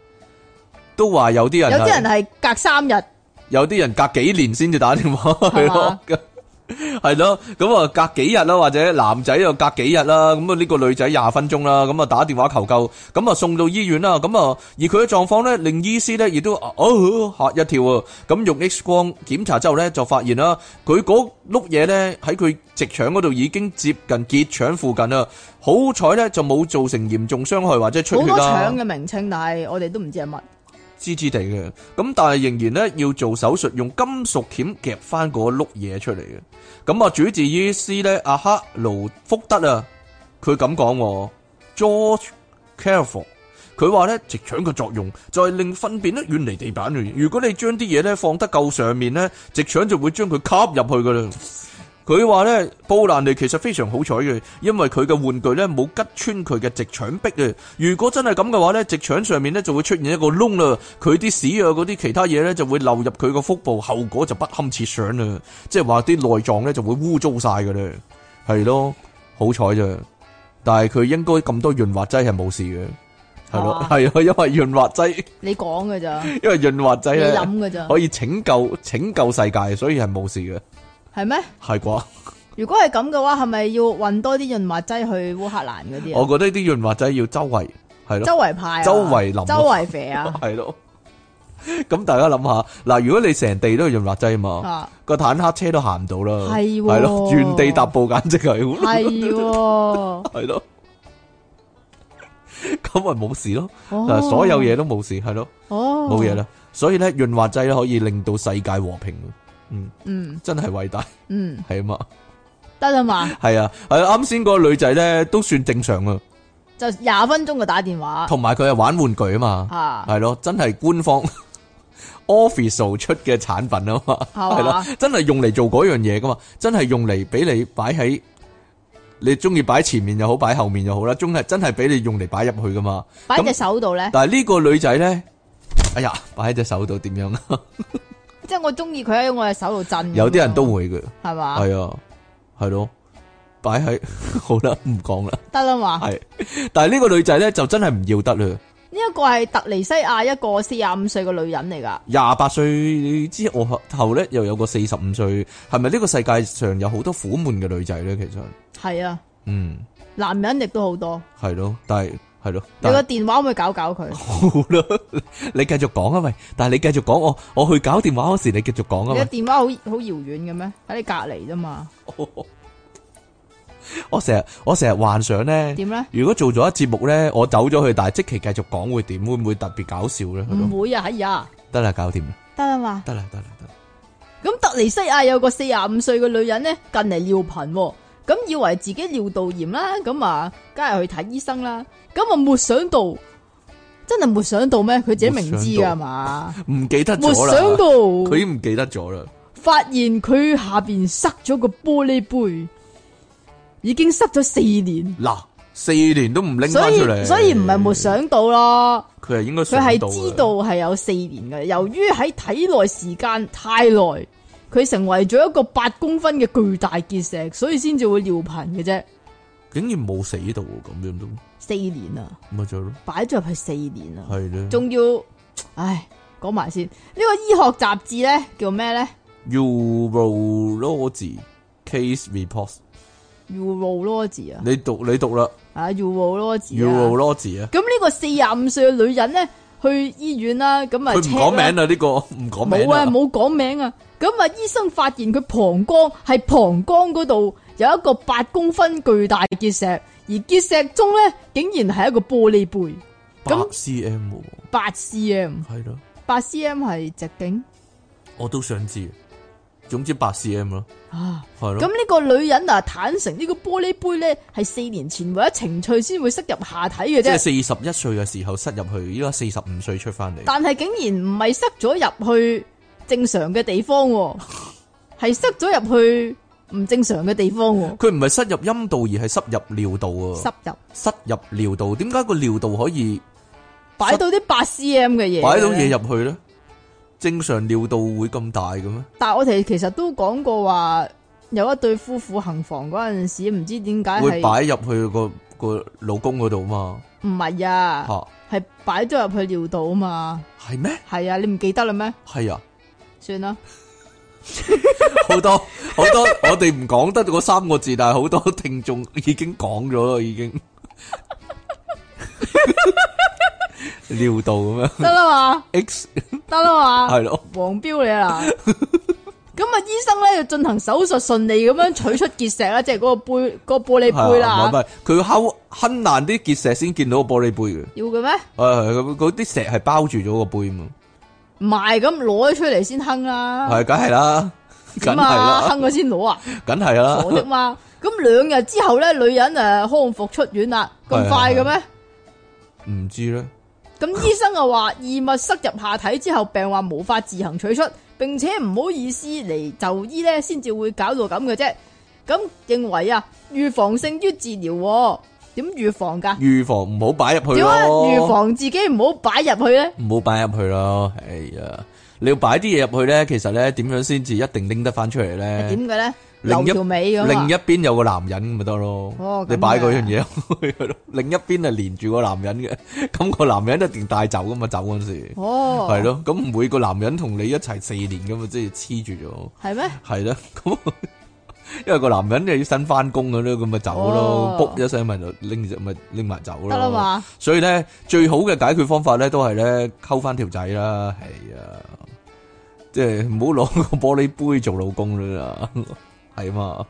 都話有啲
有
人
啲
係
人係隔三日，
有啲人隔幾年先至打電話，係
係
咯
嘛，
系咯，咁啊隔幾日啦，或者男仔又隔幾日啦，咁啊呢個女仔廿分鐘啦，咁啊打電話求救，咁啊送到醫院啦，咁啊而佢嘅狀況呢，令醫師呢亦都啊哦嚇一跳啊，咁用 X 光檢查之後呢，就發現啦，佢嗰碌嘢呢喺佢直腸嗰度已經接近結腸附近啦，好彩呢就冇造成嚴重傷害或者出
好
血
多
啦
腸。嘅名稱，但係我哋都唔知係乜。
支支地嘅，咁但係仍然咧要做手術，用金屬鉗夾翻嗰碌嘢出嚟嘅。咁啊，主治醫師咧阿克勞福德啊，佢咁講喎 George Careful，佢話咧直腸嘅作用就係令糞便咧遠離地板嘅。如果你將啲嘢咧放得夠上面咧，直腸就會將佢吸入去噶啦。佢話咧，布蘭尼其實非常好彩嘅，因為佢嘅玩具咧冇吉穿佢嘅直腸壁啊！如果真係咁嘅話咧，直腸上面咧就會出現一個窿啦，佢啲屎啊嗰啲其他嘢咧就會流入佢個腹部，後果就不堪設想啦！即係話啲內臟咧就會污糟晒噶啦，係咯，好彩咋！但係佢應該咁多潤滑劑係冇事嘅，係咯
啊，
係啊，因為潤滑劑，
你講嘅 咋，你
因為潤滑劑咧
諗嘅啊咋，
可以拯救拯救世界，所以係冇事嘅，
係咩？
係啩？
如果係咁嘅話，係咪要運多啲潤滑劑去烏克蘭嗰啲
我
啊？
覺得啲潤滑劑要周圍係
周
咯，
圍派啊，
周圍淋啊
周圍 肥啊，
係咯。咁大家諗下，嗱，如果你成地都係潤滑劑啊嘛，
啊
個坦克車都行唔到啦，
係喎
係咯，原地踏步簡直係，
係喎，
係咯，咁咪冇事咯，
哦
所有嘢都冇事，係咯，
哦
冇嘢，啦。所以咧，潤滑劑咧可以令到世界和平，嗯，
嗯
真係偉大，
嗯，
係啊嘛，
得啦嘛，
係啊，係啊啱先嗰個女仔咧都算正常啊，
就廿分鐘就打電 話
同埋佢係玩玩具啊嘛。
啊，
系咯，真係官方 official 出嘅產品啊嘛，係
係嘛
咯，真係用嚟做嗰樣嘢噶嘛，真係用嚟俾你擺喺你中意擺前面又好，擺後面又好啦，中係真係俾你用嚟擺入去噶嘛。
擺
咁
隻手度咧，
但係呢個女仔咧，哎呀，擺喺隻手度點樣啊？
即係我中意佢喺我隻手度震。
有啲人都會嘅，
係嘛，
係啊，係咯，擺喺 好啦，唔講啦。
得啦嘛。
係，但係呢個女仔咧就真係唔要得啦，
呢一個係特尼西亞一個四廿五歲嘅女人嚟㗎，
廿八歲之後後咧，又有個四十五歲，係咪呢個世界上有好多苦悶嘅女仔咧？其實，
係啊，
嗯，
男人亦都好多。
係咯，但係係咯，
你
但
個
係
電話可唔可以搞搞佢？
好啦， 你繼續講啊，喂，但係你繼續講，我我去搞電話嗰時，你繼續講啊，
你個
喂，
電話好好遙遠嘅咩？喺你隔離啫嘛。
我成日我成日幻想咧，
點咧？
如果做咗一節目咧，我走咗去，但係即期繼續講會點？會唔會特別搞笑咧？係咯
唔會啊，哎呀，
得啦，搞掂啦，
得啦嘛。
得啦，得啦，得啦，
咁特尼西亞有個四廿五歲嘅女人呢，近嚟尿頻喎，咁以為自己尿道炎啦，咁啊，梗係去睇醫生啦。咁啊，沒想到，真係沒想到咩？佢自己明知
沒想到
㗎嘛，
唔記得咗
沒
哎啦，
想到
佢已經唔記得咗啦，
發現佢下邊塞咗個玻璃杯，已經塞咗四年，
嗱，四年都唔拎
所
翻出嚟，
以所以唔係沒想到咯。
佢係應該
佢
想
係
到啊
知
嘅
道係有四年嘅，由於喺體內時間太耐，佢成為咗一個八公分嘅巨大結石，所以先至會尿頻嘅啫。
竟然冇死到喎咁樣都
四年啊，
咪就係咯，
擺咗入去四年啊，
係咧。
仲要，唉，講埋先。呢、個醫學雜誌咧叫咩咧
Urology case report，
？Urology 啊，
你讀你讀啦
啊 Urology 啊。
，Urology 啊，
咁呢個四廿五歲嘅女人咧，去醫院啦，咁啊
佢唔
check
講
啦
名啦呢個，唔講名
冇啊，
啦，
冇講名啊。咁啊，醫生發現佢膀胱係膀胱嗰度有一個八公分巨大嘅結石，而結石中咧竟然係一個玻璃杯，
八
咁
cm 喎
八 cm，
係咯，
八 cm 係直徑
我都想知，總之八 cm 咯，
啊。
係
咁
咯，
呢個女人啊，坦承呢個玻璃杯咧係四年前為咗情趣先會塞入下體嘅
即係
啫，
四十一歲嘅時候塞入去，依家四十五歲出翻嚟，
但係竟然唔係塞咗入去正常嘅地方、喎，係塞咗入去唔正常嘅地方、喎，
佢唔係塞入陰道而係塞入尿道啊，
塞入。
塞入尿道，點解個尿道可以
擺到啲八 cm 嘅嘢，
擺到嘢。入去咧？正常尿道會咁大嘅咩？
但系我哋其實都講過話，有一對夫婦行房嗰陣時，唔知點解
會
啊係
擺入去個個老公嗰度嘛？
唔係啊？
吓
係擺咗入去尿道啊嘛？
係咩？
係啊，你唔記得啦咩？
係啊，
算啦，
好多好多，我哋唔講得嗰三個字，但係好多聽眾已經講咗咯，已經 料到咁樣
得啦嘛，
X
得啦嘛，
係咯，
黃標你啦。 咁啊，醫生咧就進行手術順利咁樣取出結石啦，即係嗰個杯，嗰個玻璃杯
係啊唔係
啦
唔。係，佢要敲坑爛啲結石先見到個玻璃杯嘅，
要嘅咩？
誒咁嗰啲石係包住咗個杯嘛，
唔係咁攞咗出嚟先哼啦。
係梗係啦，梗
點
係
啊？
啦，
哼咗先攞啊？
梗係
傻的
啦，
嘛？咁兩日之後咧，女人誒康復出院啦，咁快嘅
係
咩？
唔知咧，
咁醫生又話異物塞入下體之後，病患無法自行取出，並且唔好意思嚟就醫呢，先至會搞到咁嘅啫。咁認為啊，預防勝於治療喎，點預 防㗎？
預防唔好擺入去
點樣
咯，
預防自己唔好擺入去呢？
唔好擺入去咯，哎呀，你要擺啲嘢入去咧，其實咧點樣先至一定拎得翻出嚟
係
咧
啊點？嘅呢？
另
留
一
條尾 咁
另
啊
一邊有個男人咪得咯，
哦咁
你擺嗰樣嘢入去咯， 另一邊係連住個男人嘅，咁個男人一定帶走噶嘛，走嗰陣時
哦，
係，咯，咁每個男人同你一齊四年噶嘛，即係黐住
係咩？
咗，係啦，咁因為個男人又要新翻工咁樣，咁咪走咯
哦，
卜一聲咪就拎就咪拎埋走
得啦
咯，
嘛，
所以咧最好嘅解決方法咧都係咧溝翻條仔啦，係啊，即係唔好攞個玻璃杯做老公啦，係嘛。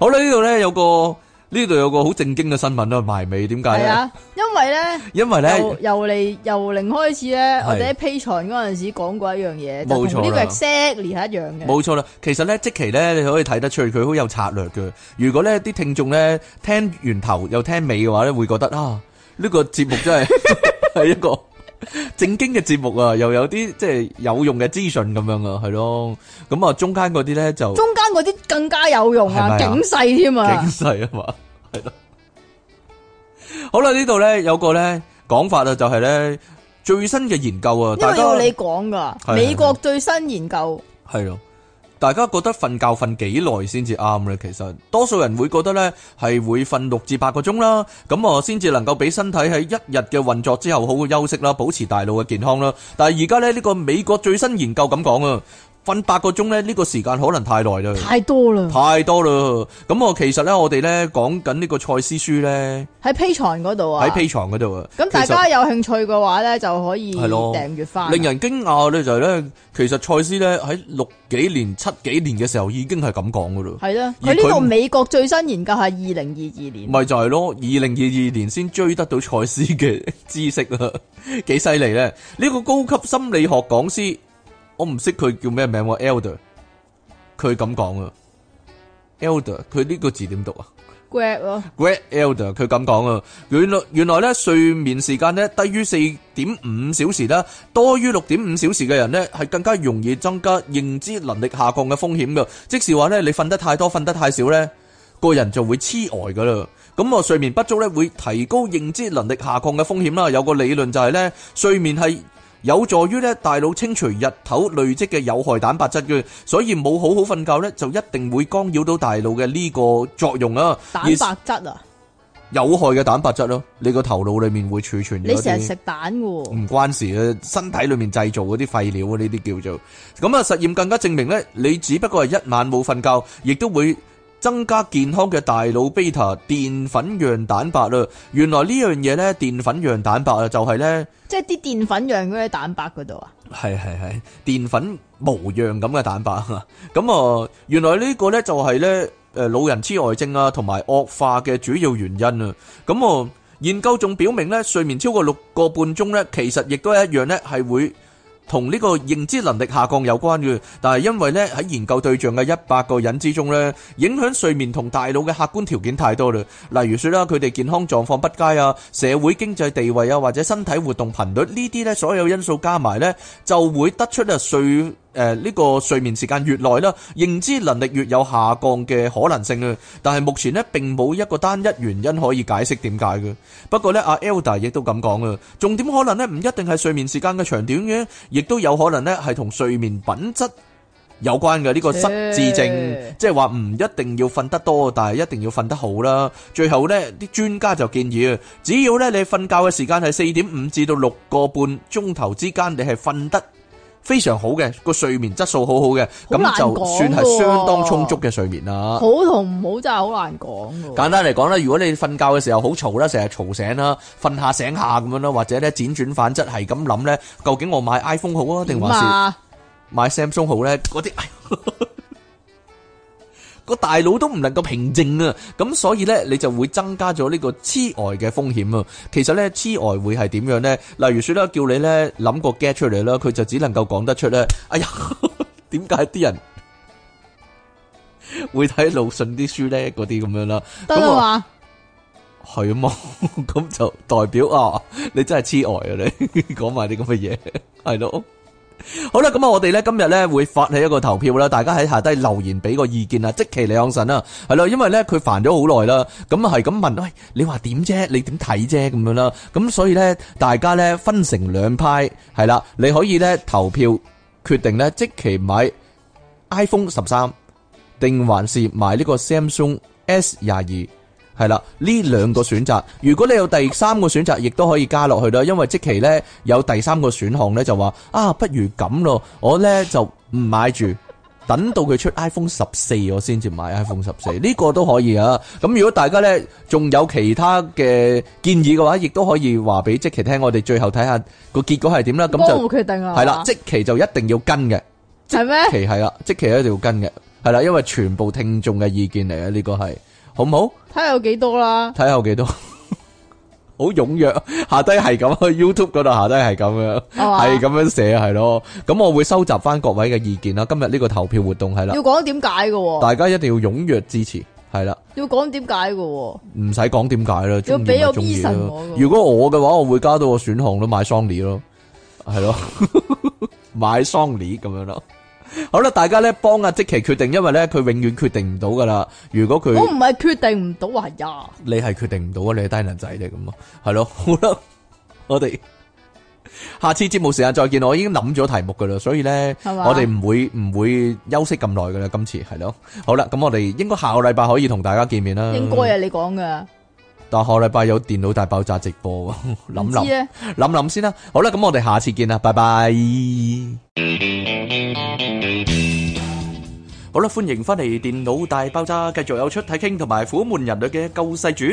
好啦，呢度咧有個呢度有個好正經嘅新聞啦，啊埋尾點解
係
咧？
啊，因為呢，
因為
由
咧
由嚟由零開始呢，
係
我哋喺 P 場嗰陣時講過一樣嘢，
冇
就同呢個
錯啦
exactly 係一樣嘅。
冇錯啦，其實咧即期咧你可以睇得出佢好有策略嘅。如果咧啲聽眾咧聽完頭又聽尾嘅話咧，會覺得啊呢個節目真係 係一個。正經嘅節目啊，又有啲即係有用嘅資訊咁樣啊，係咯。咁啊，中間嗰啲咧就
中間嗰啲更加有用啊，
係咪啊
警世添啊
警，世啊嘛，係咯。好啦，呢度咧有個咧講法啊，就係咧最新嘅研究啊，
因
大
為
家
要你講噶，
係
美國最新研究
係咯。大家覺得瞓覺瞓幾耐先至啱咧？其實多數人會覺得咧係會瞓六至八個鐘啦，咁啊先至能夠俾身體喺一日嘅運作之後好好休息啦，保持大腦嘅健康啦。但係而家咧呢個美國最新研究咁講啊，瞓八個鐘咧呢個時間可能太耐啦。
太多啦，
太多啦！咁我其實咧，我哋咧講緊呢個賽斯書咧，
喺 Patreon 嗰度啊
喺。P 床嗰度啊。
咁大
其實
家有興趣嘅話咧，就可以
係咯
訂閱翻。
令人驚訝咧就係咧，其實賽斯咧喺六幾年、七幾年嘅時候已經係咁講噶啦，
係啦，
而
佢呢
佢
度
唔
美國最新研究係二零二二年，
咪就係咯。二零二二年先追得到賽斯嘅知識啊， 幾犀利咧！呢個高級心理學講師，我唔識佢叫咩名喎，Elder，佢咁講啊，Elder，佢呢個字點讀啊？
grad 咯，
Great Elder 佢咁講啊，原來原來咧睡眠時間咧低於四點五小時啦，多於六點五小時嘅人咧係更加容易增加認知能力下降嘅風險噶，即是話咧你瞓得太多瞓得太少咧，個人就會痴呆噶啦。咁啊，睡眠不足咧會提高認知能力下降嘅風險啦。有個理論就係咧，睡眠係。有助於咧大腦清除日頭累積嘅有害蛋白質嘅，所以冇好好瞓覺咧，就一定會干擾到大腦嘅呢個作用啊。
蛋
而
白質啊，
有害嘅蛋白質咯，你個頭腦裏面會儲存咗
你
一
成日
啲
食蛋嘅喎，
唔關事嘅身體裏面製造嗰啲廢料啊，呢啲叫做咁啊。實驗更加證明呢，你只不過係一晚冇瞓覺，亦都會增加健康嘅大腦 beta 澱粉樣蛋白啦。原來呢樣嘢呢，澱粉樣蛋白啊，就係呢，
即係啲澱粉樣嗰啲蛋白嗰度啊，
係係係澱粉模樣咁嘅蛋白啊。 咁啊，原來呢個呢，就係呢，誒老人痴呆症啊，同埋惡化嘅主要原因啊。咁我研究仲表明咧，睡眠超過六個半鐘咧，其實亦都係一樣咧，係會同呢個認知能力下降有關嘅。但係因為咧喺研究對象嘅一百個人之中咧，影響睡眠同大腦嘅客觀條件太多啦。例如説啦，佢哋健康狀況不佳啊、社會經濟地位啊，或者身體活動頻率呢啲咧，所有因素加埋咧，就會得出啊睡。誒呢個睡眠時間越耐啦，認知能力越有下降嘅可能性啊！但係目前咧並冇一個單一原因可以解釋點解嘅。不過咧，阿 Elda 亦都咁講啊，重點可能咧唔一定係睡眠時間嘅長短嘅，亦都有可能咧係同睡眠品質有關嘅呢個失智症
切，
即係話唔一定要瞓得多，但係一定要瞓得好啦。最後呢啲專家就建議啊，只要咧你瞓覺嘅時間係四點五至到六個半鐘頭之間，你係瞓得非常好嘅，個睡眠質素好好嘅，
好難
咁就算係
講喎
相當充足嘅睡眠啦。
好同唔好真係好難講噶。
啊簡單嚟講啦，如果你瞓覺嘅時候好嘈啦，成日嘈醒啦，瞓下醒下咁樣啦，或者咧輾轉反側係咁諗咧，究竟我買 iPhone 好啊，定
點
還是
啊？
買 Samsung 好咧？ 嗰啲哎呀個大腦都唔能夠平靜啊，咁所以咧你就會增加咗呢個痴呆嘅風險啊。其實咧痴呆會係點樣咧？例如說啦，叫你咧諗個 get 出嚟啦，佢就只能夠講得出咧。哎 呀，點解啲人會睇魯迅啲書咧？嗰啲咁樣啦。
得啦嘛，
系啊嘛， 咁就代表啊，你真系痴呆啊你， 講埋啲咁嘅嘢，係咯。好啦，咁啊，我哋咧今日咧會發起一個投票啦，大家喺下低留言俾個意見啊，即其李昂臣啦，係咯，因為咧佢煩咗好耐啦，咁係咁問，喂，你話點啫？你點睇啫？咁樣啦，咁所以咧，大家咧分成兩派，係啦，你可以咧投票決定咧，即其買 iPhone 十三，定還是買呢個 Samsung S 廿二？系啦，呢兩個選擇，如果你有第三個選擇，亦都可以加落去啦。因為即期呢，有第三個選項呢，就話啊，不如咁咯，我呢就唔買住，等到佢出 iPhone 十四，我先至買 iPhone 十四，呢個都可以啊。咁如果大家呢仲有其他嘅建議嘅話，亦都可以話俾即期聽，我哋最後睇下個結果係點啦。咁
幫我
就
決定啊。
係啦，即期就一定要跟嘅。
係咩？
期係啦，即期一定要跟嘅，係啦，因為全部聽眾嘅意見嚟啊嘅，呢個係好唔好？
睇下有幾多啦。
睇下有幾多，好 踴躍，下低係咁 去 YouTube 嗰度，下低係咁樣，
係嘛
係咁樣寫係咯。咁我會收集翻各位嘅意見啦。今日呢個投票活動係啦
要，講點解嘅喎？
大家一定要踴躍支持，係啦，
要講點解嘅喎？
唔使講點解啦，中意
俾
咪
個
中意
reason
咯
我㗎。
如果我嘅話，我會加到個選項咯，買 Sony 咯，係咯， 買 Sony 咁樣咯。好啦，大家咧幫阿即奇決定，因為咧佢永遠決定唔到噶啦。如果佢
我唔係決定唔到啊，係呀，
你係決定唔到啊，你係低能仔嚟咁啊，係咯，好啦，我哋 下次節目時間再見，我已經諗咗題目噶啦，所以咧，
係嘛
我哋唔會唔會休息咁耐噶啦，今次係咯，好啦，咁我哋應該下個禮拜可以同大家見面啦，
應該啊，你講嘅。
但下個禮拜有電腦大爆炸直播 喎，諗
唔知啊
諗
咧，
諗諗先啦，好啦，咁我哋下次見啦，拜拜。好啦，歡迎翻嚟《電腦大爆炸》，繼續有出體傾同埋苦悶人類嘅救世主，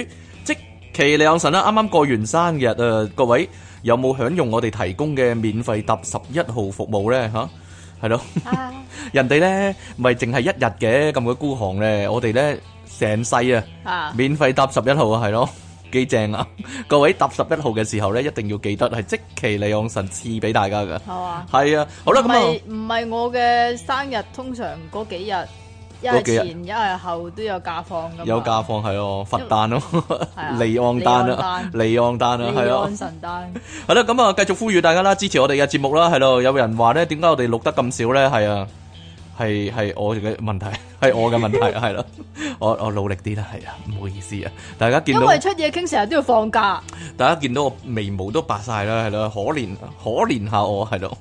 即其李昂神啦。啱啱過完生日啊，各位有冇享用我哋提供嘅免費搭十一號服務咧？嚇，係咯，
啊
人哋咧咪淨係一日嘅咁嘅孤寒咧，我哋咧成世啊！
啊，
免費搭十一號啊，係咯， 幾正啊！各位搭十一號嘅時候咧，一定要記得係即其利昂神賜俾大家噶。
係嘛？
係啊，好啦，
唔
咁啊
係唔係我嘅生日，通常嗰幾日，一
嗰
係
幾日
前一係後都有假放噶。
有假放係咯，佛誕咯，
係啊
利昂誕
利
啦
昂，誕
利昂誕啦，係啊
利
咯
安。神丹，
係啦，咁啊，繼續呼籲大家啦，支持我哋嘅節目啦，係咯。有人話咧，點解我哋錄得咁少咧？係啊，係係我嘅問題，係我嘅問題， 係咯。我我努力啲啦，係啊，唔好意思啊，大家見
因
到。
為出嘢傾成日都要放假，
大家見到我眉毛都白晒啦，係咯，可憐可憐下我係咯，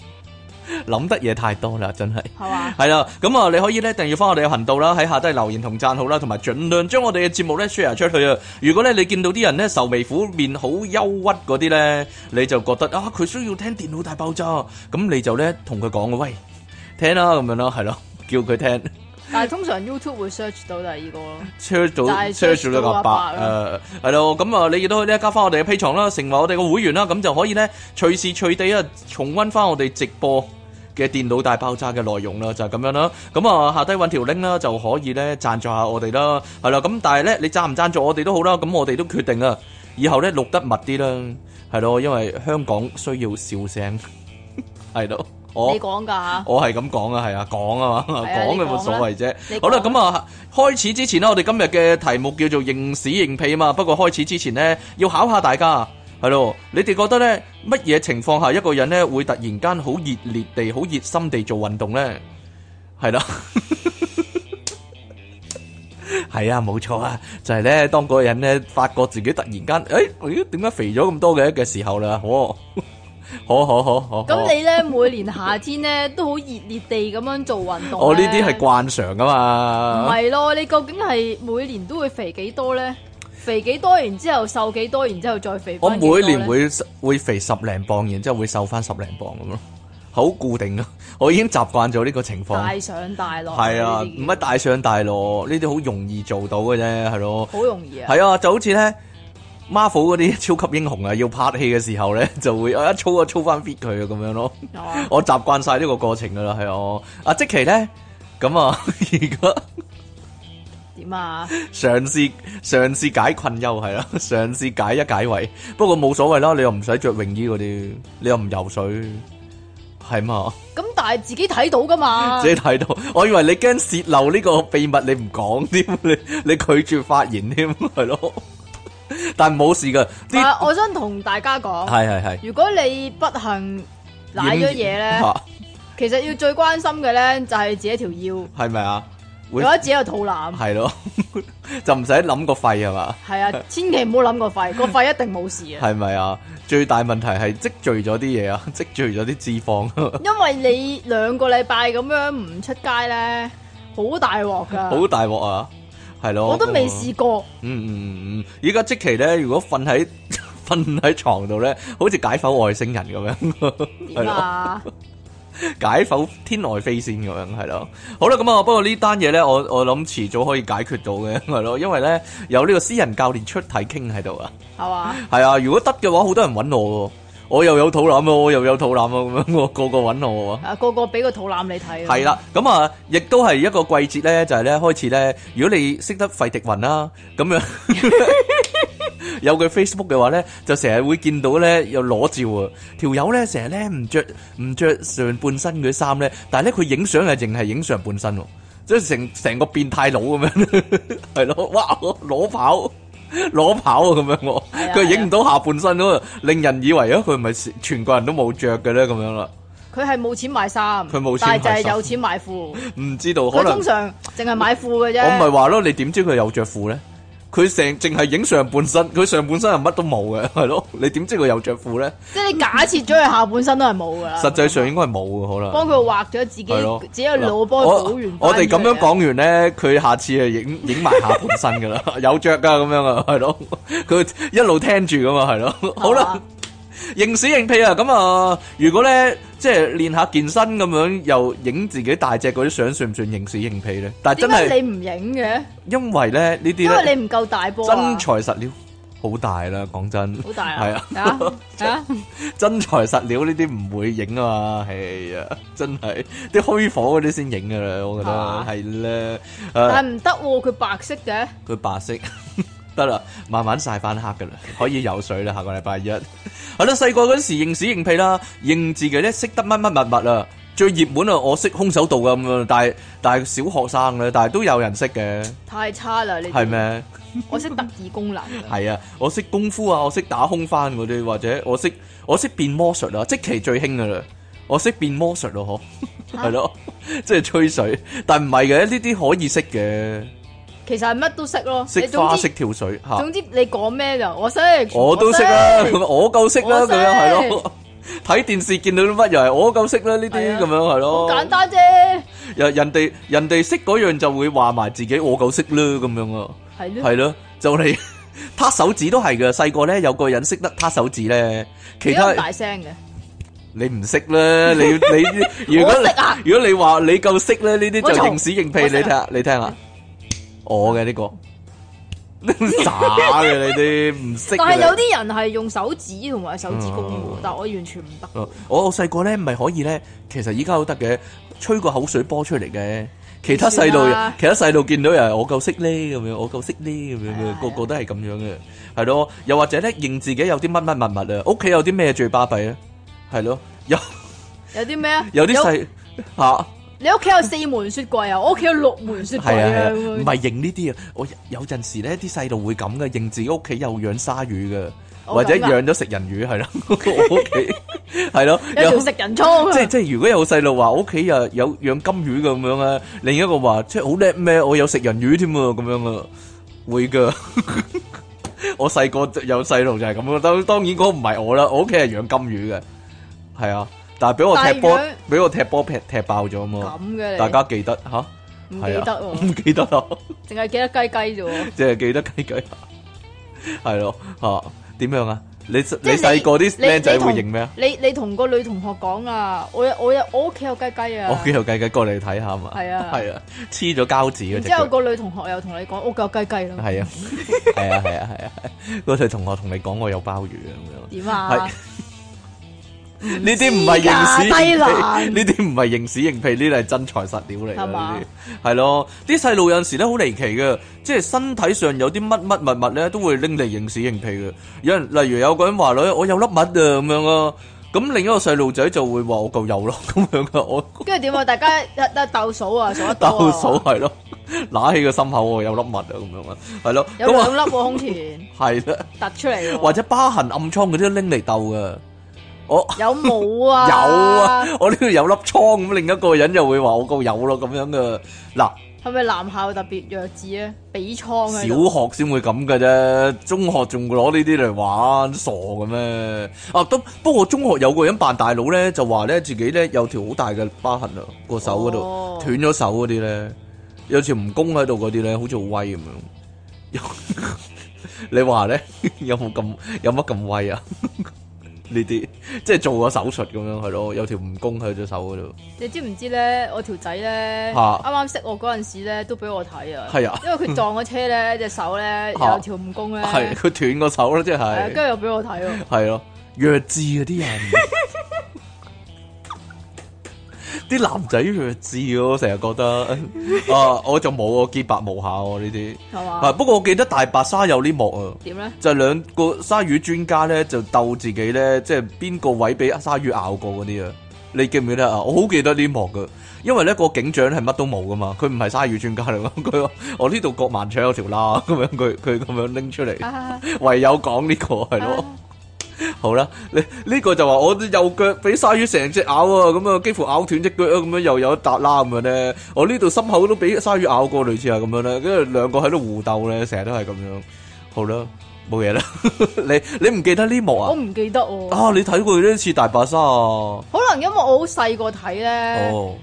諗得嘢太多啦，真係。
係嘛？
係啦，咁啊，你可以咧訂閱翻我哋嘅頻道啦，喺下低留言同讚好啦，同埋盡量將我哋嘅節目咧 share 出去啊！如果咧你見到啲人咧愁眉苦面、好憂鬱嗰啲咧，你就覺得啊佢需要聽電腦大爆炸，咁你就咧同佢講喂聽啦咁樣啦，係咯，叫佢聽。
但係通常 YouTube 會 search 到第二個咯。
車到
就係
車住呢個白
車到阿伯
誒係咯，咁啊你亦都可以咧加翻我哋嘅 P 床啦，成為我哋嘅會員啦，咁就可以咧隨時隨地啊重温翻我哋直播嘅電腦大爆炸嘅內容啦，就係、咁樣啦。咁啊下低揾條 link 啦，就可以咧贊助下我哋啦，係啦。咁但係咧你贊唔贊助我哋都好啦，咁我哋都決定啊，以後咧錄得密啲啦，係咯，因為香港需要笑聲，係咯，我
你講㗎嚇，
我係咁講啊，係啊，講啊嘛，
係啊
講嘅
你
冇
講
所
啦
謂啫。
你
好啦，
講
咁啊，開始之前呢，我哋今日嘅題目叫做認屎認屁嘛。不過開始之前呢，要考下大家，係咯，你哋覺得呢乜嘢情況下一個人呢會突然間好熱烈地、好熱心地做運動呢？係啦， 係啊，冇錯啊，就係呢，當嗰個人呢發覺自己突然間，誒、咦點解肥咗咁多嘅嘅時候啦？哦， 好好好好。好
咁你咧每年夏天咧都好熱烈地咁樣做 運動。
我哦呢啲係
係
慣常噶
唔
嘛，
係咯？你究竟係每年都會肥幾多咧？肥幾多，然之後瘦幾多，然之後再肥
我
返幾多
每
呢。
年會會肥十零磅，然之後會瘦翻十零磅咁咯，好固定啊！ 我已經習慣咗呢個情況。
大上大落，
係啊，
呢啲
唔係大上大落，呢啲好容易做到嘅啫，係咯。
好容易啊，
係啊，就好似咧 Marvel 嗰啲 超級英雄啊，要拍戲嘅時候咧， 就會啊一操啊操翻 fit 佢啊咁樣咯。
係嘛
我習慣晒呢個過程噶啦，係我阿即奇咧，咁啊 而家
點啊？
嘗試嘗試解困憂係 啦，嘗試解一解圍。不過冇所謂啦，你又唔使着泳衣嗰啲，你又唔游水，係嘛？
咁但係自己睇到噶嘛
自？己睇到，我以為你驚泄漏呢個秘密，你唔講添， 你你拒絕發言添， 係咯？但冇事噶，啲
但係我想同大家講，
係係係。
如果你不幸舐咗嘢 咧，
嚇
其實要最關心嘅咧就係自己條腰，
係咪啊？
或
會
者自己個肚腩。
係咯， 就唔使諗個肺係嘛？
係啊，千祈唔好諗個肺，個 肺一定冇事啊！
係咪啊？最大問題係積聚咗啲嘢啊，積聚咗啲脂肪，
因為你兩個禮拜咁樣唔出街咧，好大鑊噶，
好大鑊啊！係咯，
我都未試過。
嗯。嗯嗯嗯，依家即期咧，如果瞓喺 瞓喺床度咧，好似解剖外星人咁樣， 係
點
咯。
啊？
解剖天外飛仙咁樣係咯，好啦咁啊，不過呢單嘢咧，我我諗遲早可以解決到嘅 係咯，因為咧有呢個私人教練出體傾喺度啊，
係嘛？
係啊，如果得嘅話，好多人揾我喎，我又有肚腩啊，我又有肚腩啊，咁樣我個個揾我啊。
啊，個個俾個肚腩你睇。
係啦，咁啊，亦都係一個季節咧，就係咧開始咧，如果你識得費迪雲啦， 咁樣有佢 Facebook 嘅話咧，就成日會見到咧有裸照啊，條友咧成日咧唔着唔着上半身嗰啲衫咧，但係咧佢影相係淨係影上半身喎，即係成成個變態佬 咁樣，係咯，哇，裸跑。裸跑啊咁樣喎，
係啊
佢影唔到下半身咯，令人以為啊佢唔係全個人都冇着嘅咧咁樣啦，
佢係冇錢買衫，
佢冇錢買衫
但係就係有錢買褲。
唔知道可
佢
能
通。常淨係買褲嘅啫。
我咪話咯，你點知佢有着褲咧？佢成淨係影上半身，佢上半身係乜都冇 嘅，係咯？你點知佢有着褲咧？
即係你假設咗佢下半身都係冇噶啦。
實際上應該係冇嘅，可能。
幫佢畫咗自己，
係咯
自己個腦幫佢補完返
我我哋咁樣
出嚟啊
講完咧，佢下次就影影埋下半身噶啦， 有着噶咁樣啊，係 咯，佢一路聽住噶嘛， 係咯，好啦
嘛。
認屎認屁啊！咁啊，如果咧即係練下健身咁樣，又影自己大隻嗰啲相，算唔算認屎認屁咧？但係真
點解
係
你唔影嘅？
因為咧呢
因
啲咧
為你唔夠大波啊
真材實料好大啦，講真。
好 大
係
啊
啊！
係啊，係啊，
真材實料呢啲唔會影啊嘛，係啊，真係啲虛火嗰啲先影噶啦，我覺
係嘛
得係咧，
但係
誒，
唔得喎，佢白色嘅，
佢白色 得啦，慢慢曬翻黑噶啦，可以游水啦，下個禮拜一。係啦，細個嗰時認屎認屁啦，認自己咧識得乜乜物物啊，最熱門啊，我識空手道㗎咁樣，但係但係小學生咧，但係都有人識嘅，
太差啦！你
係？咩？
我識特異功能㗎，
係啊，我識功夫啊，我識打空翻嗰啲，或者我識我識變魔術啊，即期最興噶啦，我識變魔術咯，嗬，係咯， 即係吹水，但唔係嘅，呢啲可以識嘅，
其實係乜都識咯。你
識
總
花
之
識跳水吓，
總之你講咩就我識，
啊我都識啦，
我識
咁啊我夠識啦，
我
咁
識
樣係咯。睇電視見到啲乜又係我夠識啦，呢
係
啲
啊
咁樣係
好
咯。
簡單啫，
人人哋人哋識嗰樣就會話埋自己我夠識啦咁樣啊。
係咯。
系咯，就 你挞手指都系嘅。細個咧有個人識得挞手指咧，其
幾咁
他
大聲嘅，
你唔識啦。你 你如果
我識啊
如果你話你夠識咧，呢啲
我
就
嘈
認屎認屁。你
我識啊
聽下，你聽 下，我嘅呢個 渣嘅你啲唔識
但係
嘅
有啲人係用手指同埋手指公嘅
嗯
喎，但我完全唔得。
你。我我細個咧咪可以咧，其實依家都得嘅，吹個口水波出嚟嘅。其他細路
算啦，
其他細路見到又係我夠識呢咁樣，我夠識呢咁樣
係啊
嘅，個個都係咁樣嘅，係咯。又或者咧，認自己有啲乜乜物物啊，屋企有啲咩最巴閉啊，係咯。有
有啲咩啊？
有啲細嚇，
你屋企有四門雪櫃啊，我屋企有六門雪
係
櫃
啊係
啊
啊，，唔係認呢啲啊。我有陣時咧，啲細路會咁嘅，認自己屋企有養鯊魚嘅，
我
或者
咁㗎
養咗食人魚係咯。我屋企係咯，
有條食人倉
即係
啊，
即係，如果有細路話我屋企啊有養金魚咁樣啊，另一個話即係好叻咩，我有食人魚添啊，咁樣啊，會噶。 我細個就有細路就係咁咯，當當然嗰個唔係我啦，我屋企係養金魚嘅，係啊，但係俾我踢波
但係養，
俾我踢波踢踢爆咗啊嘛，
咁嘅你，
大家記得吓，
唔記
係
得
啊
喎，
唔記得啦，
淨係記得雞雞啫喎。
淨係記得雞雞，係咯吓，嚇點樣啊？你你
你
细个啲
你
僆仔
你同
會認咩啊？
你你同個女同學講啊，我有我有我屋企有雞雞啊
我，幾有計計過嚟睇下嘛，
係啊
係啊，黐咗膠紙嗰
然
只
之後個女同學又同你講屋企有雞雞啦，
係啊，係啊，係啊，係啊，嗰對同學同你講我有鮑魚咁樣，
點啊
係？呢啲唔係認屎
知㗎低
認
能
屁，呢啲唔係認屎認屁，呢啲係真材實料嚟㗎
係嘛
呢啲，係咯，啲細路有陣時咧好離奇嘅，即係身體上有啲乜乜物物咧都會拎嚟認屎認屁嘅，有人例如有個人話咧我有粒物啊咁樣啊，咁另一個細路仔就會話我夠有咯咁樣啊，我。
跟住點啊？大家一一鬥數啊，數得多啊
兜數係咯，揦起個心口喎，有粒物啊咁樣啊，係咯，
有
咁
兩
啊
粒喎胸前
係啦，
突出嚟喎，
或者疤痕暗瘡嗰啲都拎嚟鬥噶，我
有冇
有
啊？
啊，，我呢度有粒瘡咁，另一個人就會話我夠有咯咁樣噶，嗱，
係咪男校特別弱智咧？比倉喺
小
度
學先會咁噶啫，中學仲攞呢啲嚟玩，傻嘅咩？啊，都不過中學有個人扮大佬咧，就話咧自己咧有條好大嘅疤痕啊，個手嗰度。
哦
斷咗手嗰啲咧，有條蜈蚣喺度嗰啲咧，好似好威咁樣。有 你話咧， 有冇咁有乜咁威啊？ 呢啲即係做個手術咁樣係咯，有條蜈蚣喺隻手嗰度，
你知唔知咧？我條仔咧，
嚇
啱啱識我嗰陣時咧，都俾我睇啊。
係啊
因為佢撞咗車咧，隻手咧
嚇
有條蜈蚣咧，
係佢斷個手咯，即
係啊
係
跟住又俾我睇喎。
係咯，弱智嗰啲人，啲男仔弱智我成日覺得啊，我就冇我潔白無瑕喎呢啲，
係
啊
嘛？
不過我記得大白鯊有呢幕啊。
點咧？
就兩個鯊魚專家咧，就鬥自己咧，即係邊個位俾鯊魚咬過嗰啲啊？你記唔記得啊？我好記得呢幕噶，因為咧個警長係乜都冇噶嘛，佢唔係鯊魚專家嚟嘛， 佢話我呢度割盲腸有條罅咁樣，佢佢咁樣拎出嚟，
啊
唯有講呢、個係咯。好啦，你呢、個就話我啲右腳俾鯊魚成隻咬啊，咁啊幾乎咬斷只腳啊，咁樣又有一笪啦咁樣咧，我呢度心口都俾鯊魚咬過，類似啊係咁樣咧，跟住兩個喺度互鬥咧，成日都係咁樣。好啦，冇嘢啦， 你你唔記得呢幕
我
啊？
唔記得喎。
啊，你睇過呢次大白鯊啊？
可能因為我好細個睇咧，
哦，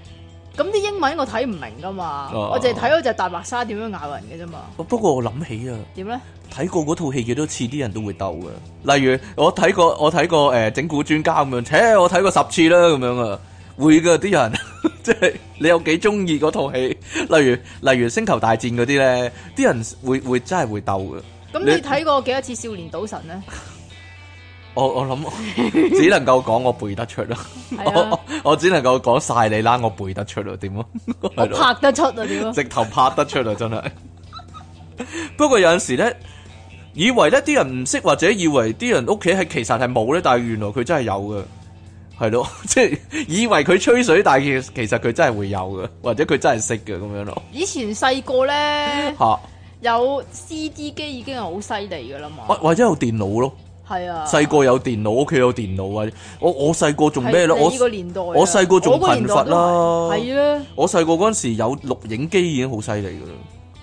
咁啲英文我睇唔明噶嘛，
哦
我淨係睇嗰隻大白鯊點樣咬人嘅啫嘛。
不過我諗起啊。
點咧？
睇過嗰套戲幾多次，啲人都會鬥嘅。例如我睇過，我睇過誒、呃整蠱專家咁樣，切我睇過十次啦咁樣啊，會嘅啲人， 即係你有幾中意嗰套戲？例如例如星球大戰嗰啲咧，啲人會會真係會鬥嘅。
咁
你
你睇過幾多次《少年賭神》 咧？
我我諗 只能夠講我背得出啦，
係
我
啊，
我只能夠講晒你啦，我背得出啦，點啊？
我
係咯
拍得出啊！屌啊，
直頭拍得出啊，真係。不過有陣時咧，以為咧啲人唔識或者以為啲人屋企係其實係冇咧，但係原來佢真係有嘅，係咯， 即係以為佢吹水，但係其其實佢真係會有嘅，或者佢真係識嘅咁樣咯。
以前細個咧
吓、
有 CD 機已經係好犀利噶啦嘛
或。或者有電腦咯，
係啊，
哦細個有電腦，屋企有電腦啊！我我細個仲咩咧？
係
我
你呢個年代啊，
我細個仲貧乏啦
係啦，
我細個嗰陣時有錄影機已經好犀利噶啦。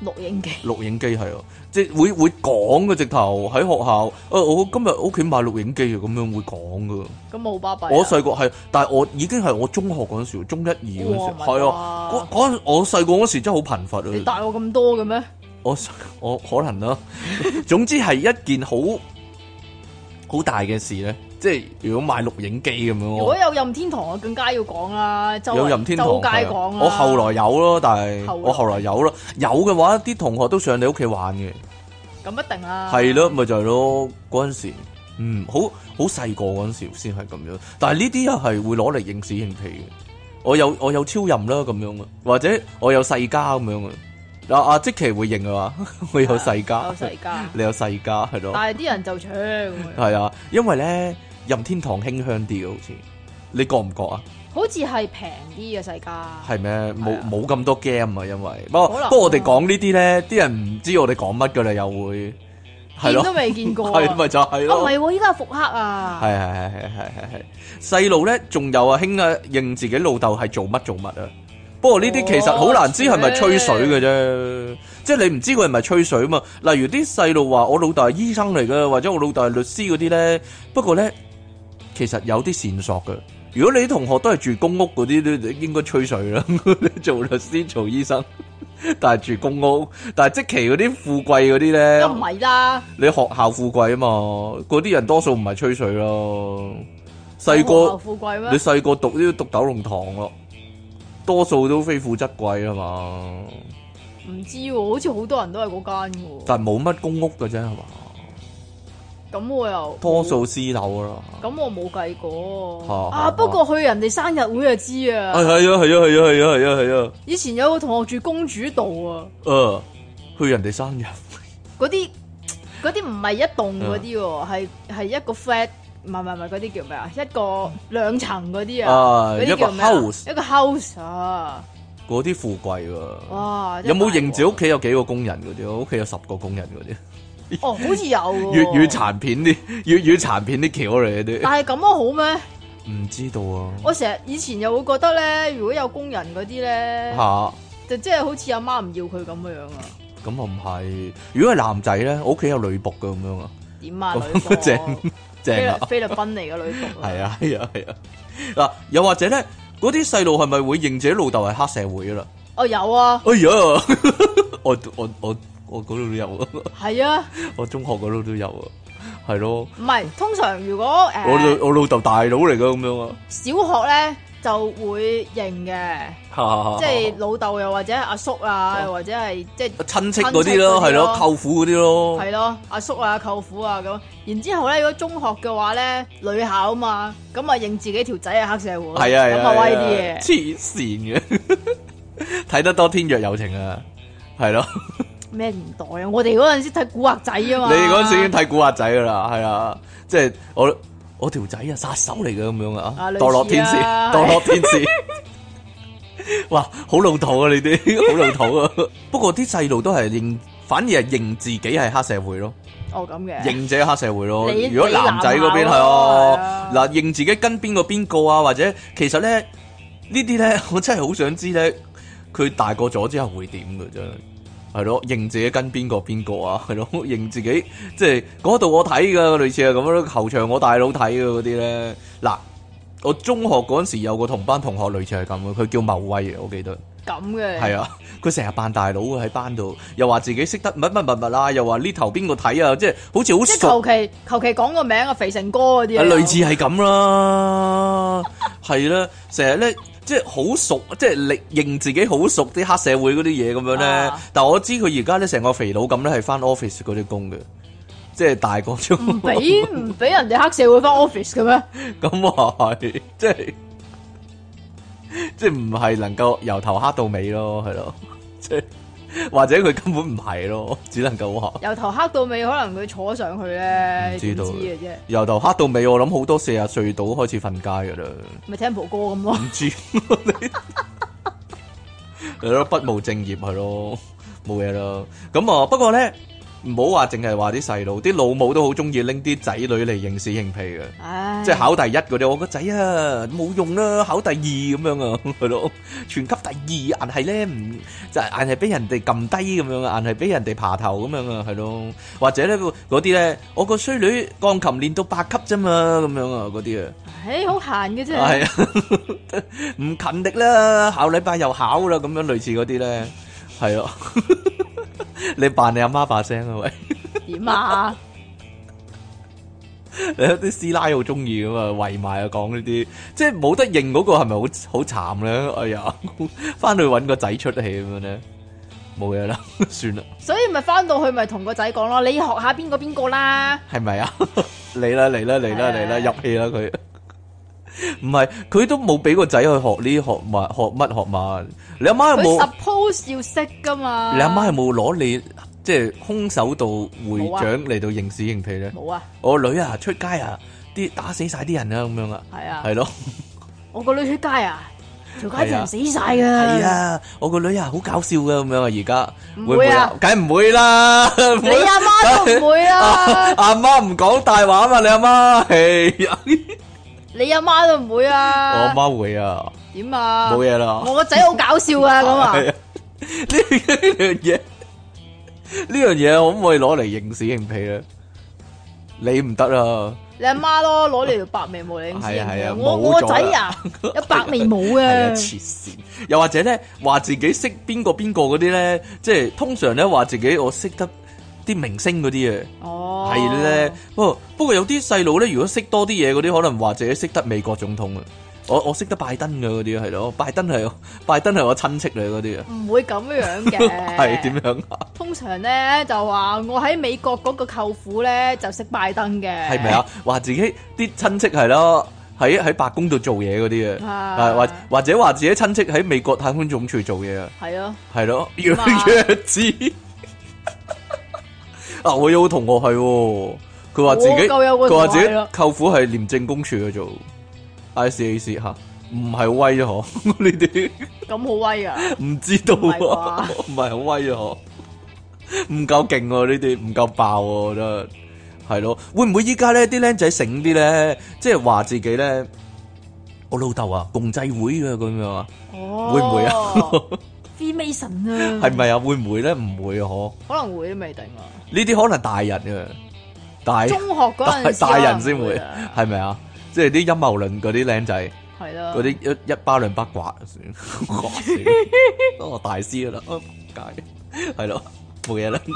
錄影機
錄影機係啊，即係會會講嘅直頭喺學校。誒、呃我今日屋企買錄影機啊，咁樣會講嘅。
咁冇巴閉啊。哦
我細個係，但係我已經係我中學嗰陣時，中一二嗰陣時，
哇
係啊。嗰
哇
嗰陣我細個嗰時真係好貧乏
你
啊！
大我咁多嘅咩？
我我可能啦， 總之係一件好好大嘅事咧。即係如果買錄影機咁樣，
如果
我
有任天堂，我更加要講啦，周圍
哦有任天堂
周街
係啊
講啦。
我後來有咯，但係
後來
我後來有咯，有嘅話啲同學都上你屋企玩嘅。
咁一定啊，
係咯，咪就係咯，嗰陣時，嗯，好好細個嗰陣時先係咁樣，但係呢啲又係會攞嚟應屎應屁嘅。我有我有超任啦咁樣啊，或者我有世家咁樣啊。嗱，阿即奇會認啊嘛， 我有世家
啊有，世家，
你有世家係咯，
但係啲人就搶咁樣，
係啊，因為咧任天堂馨香啲啊嘅好似，你覺唔覺啊？
好似係平啲嘅世家，
係咩？冇
係啊
冇咁多 game 啊，因為不過
可能
不過我哋講呢啲咧，啲人唔知我哋講乜噶啦，又會係
見都
咯，
未見過 啊。
係咪就係
啊唔
咯？
係喎，依家係復刻啊
系系系系系，系係細路咧，仲有啊，興啊，認自己老豆係做乜做乜啊。不過呢啲其實好難知係咪吹水嘅
哦
啫，即係你唔知佢係咪吹水嘛。例如啲細路話我老豆係醫生嚟嘅，或者我老豆係律師嗰啲咧。不過咧，其實有啲線索嘅。如 果你啲同學都係住公屋嗰啲，你你應該吹水啦。做律師做醫生但系住公屋，但系即期嗰啲富貴嗰啲咧，
又唔係啦，
你學校富貴啊嘛，嗰啲人多數唔係吹水咯。細
有學校
個
富貴
你
咩？
細個讀都要讀九龍塘咯，多數都非富則貴啊嘛，
唔知喎，好似好多人都係嗰間嘅喎。
但冇乜公屋嘅啫係嘛，
咁我又嗯
多數私樓啦。
咁我冇計過
嚇
啊。
嚇
不過去人哋生日會就知
係
啊。
係啊係啊係啊係啊係啊係啊，
以前有個同學住公主道啊，
誒去人哋生日，
嗰啲嗰啲唔係一棟
嗯
嗰啲喎，係係一個 flat，唔係唔係唔係嗰啲叫咩啊？一個兩層嗰啲啊，
啊
嗰
一
啲
個
叫咩啊
house
一個 house 啊，
嗰啲富貴喎。
哇！
有
真係
冇
大鑊
認住屋？企有幾個工人嗰啲？我屋企有十個工人嗰啲，
哦，好似有喎
粵語，殘片啲，粵語殘片啲橋嚟嗰
但係咁樣好咩？
啲，唔知道啊。
我成日以前又會覺得咧，如果有工人嗰啲咧，
吓，
就即係好似阿媽唔要佢咁樣樣啊？
咁又唔係。如果係男仔咧，我屋企有女仆嘅咁樣啊，
點啊，
咁
女仆
正
菲
正
律
啊，
菲律賓嚟嘅女仆
係，啊，係啊，係啊。嗱，又或者咧，嗰啲細路係咪會認自己老豆係黑社會噶啦？
哦有啊，
哎呀， 我我我我嗰度都有 啊，
係啊，
我中學嗰度都有啊，係咯。
唔係通常如果
我
誒
老我老豆大佬嚟噶咁樣啊，
小學咧就會認嘅，
嚇
即係老豆又或者阿叔
哦
啊，又或者係即係
親戚嗰啲咯，
親戚嗰啲咯
係咯，舅父嗰啲咯，
係咯，阿叔啊、舅父啊咁。然之後咧，如果中學嘅話咧，女校啊嘛，咁啊認自己條仔係黑社會，
係啊，係
咁
啊
啊威
係啊
啲嘅。
黐線嘅， 睇得多《天若有情》啊，係咯，
咩年代啊？我哋嗰陣時睇古惑仔啊嘛。
你嗰陣時已經睇古惑仔噶啦，係啊，即係我我條仔啊殺手嚟嘅咁樣啊
啊，
墮落 天使，
類似啊
墮落天使。哇，好老土啊！你啲好老土啊！不過啲細路都係認，反而係認自己係黑社會咯。
哦咁 嘅。
認者黑社會咯。
你
如果男仔嗰邊
你
係
男校係
啊
啊，
嗱認自己跟邊個邊個啊，或者其實咧呢啲咧， 我真係好想知咧，佢大個咗之後會點嘅真係。係咯，認自己跟邊個邊個啊， 係咯，認自己即係嗰度我睇噶，類似係咁咯，球場我大佬睇嘅嗰啲咧。嗱，我中學嗰陣時有個同班同學類似係咁嘅，佢叫茂威嘅，啊我記得。
咁嘅。
係啊，佢成日扮大佬嘅喺班度，又話自己識得乜乜乜乜啦，又話呢頭邊個睇啊，即係好似好
即係
熟
求其求其講個名啊，肥成哥嗰啲
啊，
啊。
類似係咁啦，係啦，成日咧即係好熟，即係你認自己好熟啲黑社會嗰啲嘢咁樣咧。
啊
但我知佢而家咧成個肥佬咁咧，係翻 office 嗰啲工嘅，即係大個咗
唔俾唔俾人哋黑社會翻 office 嘅咩？
咁啊，係即係即係唔係能夠由頭黑到尾咯，係咯，即係或者佢根本唔係咯，只能夠話。
由頭黑到尾，可能佢坐上去咧，
唔知
點知
道
嘅啫？
由頭黑到尾，我諗好多四十歲到開始瞓街噶啦，
咪 Temple 哥咁咯
唔。知你咯，不務正業係咯，冇嘢啦。咁啊，不過咧，唔好話淨係話啲細路，啲老母都好中意拎啲仔女嚟認屎認屁嘅，
唉，
即係考第一嗰啲，我個仔啊冇用啦，考第二咁樣啊，係咯，全級第二硬係咧唔就係硬係俾人哋撳低咁樣啊，硬係俾人哋爬頭咁樣啊，係咯，或者咧嗰啲咧，我個衰女鋼琴練到八級啫嘛，咁樣啊嗰啲啊。
唉，好閒嘅啫。
系啊， 唔勤力啦，下禮拜又考啦，咁樣類似嗰啲咧，係啊， 你扮你阿媽把聲啊喂，
點啊？
你有啲師奶好中意噶嘛，圍埋啊講呢啲，即係冇得認嗰個係咪好好慘咧？哎呀， 翻去揾個仔出氣咁樣咧，冇嘢啦， 算啦，
所以咪翻到去咪同個仔講咯，你學下邊個邊個啦。
係咪啊？ 嚟啦嚟啦嚟啦嚟啦，
係啊
入戲啦佢。唔係，佢都冇俾個仔去學呢學物學乜學物，你阿媽有
佢
啊冇？
suppose 要識噶嘛。
你阿媽有冇攞你即係空手道會
冇啊
長嚟到認屎認屁咧？
冇啊？
我女啊，出街啊，啲打死晒啲人啊，咁樣啊，
係啊
係。咯，
我個女出街啊，條街啲
係啊
人死晒㗎。
係啊，我個女啊，好搞笑嘅咁樣啊，而家
嗯唔
會唔
會
會
啊
啊？梗唔會啦，唔
你
會
阿媽都唔會啊，
阿媽唔講大話啊嘛，你阿媽，哎呀，
你阿媽都唔會
我阿
啊。
媽會啊，
點啊？
冇嘢啦。
我個仔好搞笑啊，咁啊。
係啊呢呢樣嘢，呢樣嘢可唔可以攞嚟認屎認屁咧？你唔得啊啦，
你阿媽咯，攞你條白眉毛領
係啊係啊
先。我
冇
我
咗
個仔啊，有白眉毛
係啊
啊，
黐線。又或者咧，話自己識邊個邊個嗰啲咧，即係通常咧話自己我識得啲明星嗰啲啊。
哦，
系咧，不過不過有啲細路咧，如果識多啲嘢嗰啲，可能話自己識得美國總統啊。我我識得拜登嘅嗰啲啊係咯，拜登係拜登係我親戚嚟嗰啲啊。
唔會咁 樣嘅。
係點樣啊？
通常咧就話我喺美國嗰個舅父咧就識拜登嘅，
係咪？啊？話自己啲親戚係咯，喺喺白宮度做嘢嗰啲啊，
啊
係或或者話自己親戚喺美國太空總署做嘢啊，
係咯，
係咯，弱
哇
弱智。 啊！我有個同學係喎，佢話自己
我夠有個
佢話
同
自
學
己
係啊咯
舅父係廉政公署嘅做 ICAC 吓，唔係好威啫嗬， 呢啲
咁好威啊！
唔知道
唔係
啊， 唔係好威啊嗬，唔夠勁喎呢啲，唔夠爆喎，我覺得係咯，會唔會依家咧啲僆仔醒啲咧，即係話自己咧，我老豆啊共濟會嘅咁樣啊，
哦，
會唔 會啊？
？Freemason 啊，
係咪啊？會唔會咧？唔會啊嗬，
可能會都未定啊。
呢啲可能大人嘅，大
中學嗰陣時
大大人先會
啊，
係咪啊？即係啲陰謀論嗰啲僆仔。
係啦，
嗰啲一一巴兩巴刮 算，刮算，我大師噶啦，哦解係咯，冇嘢啦。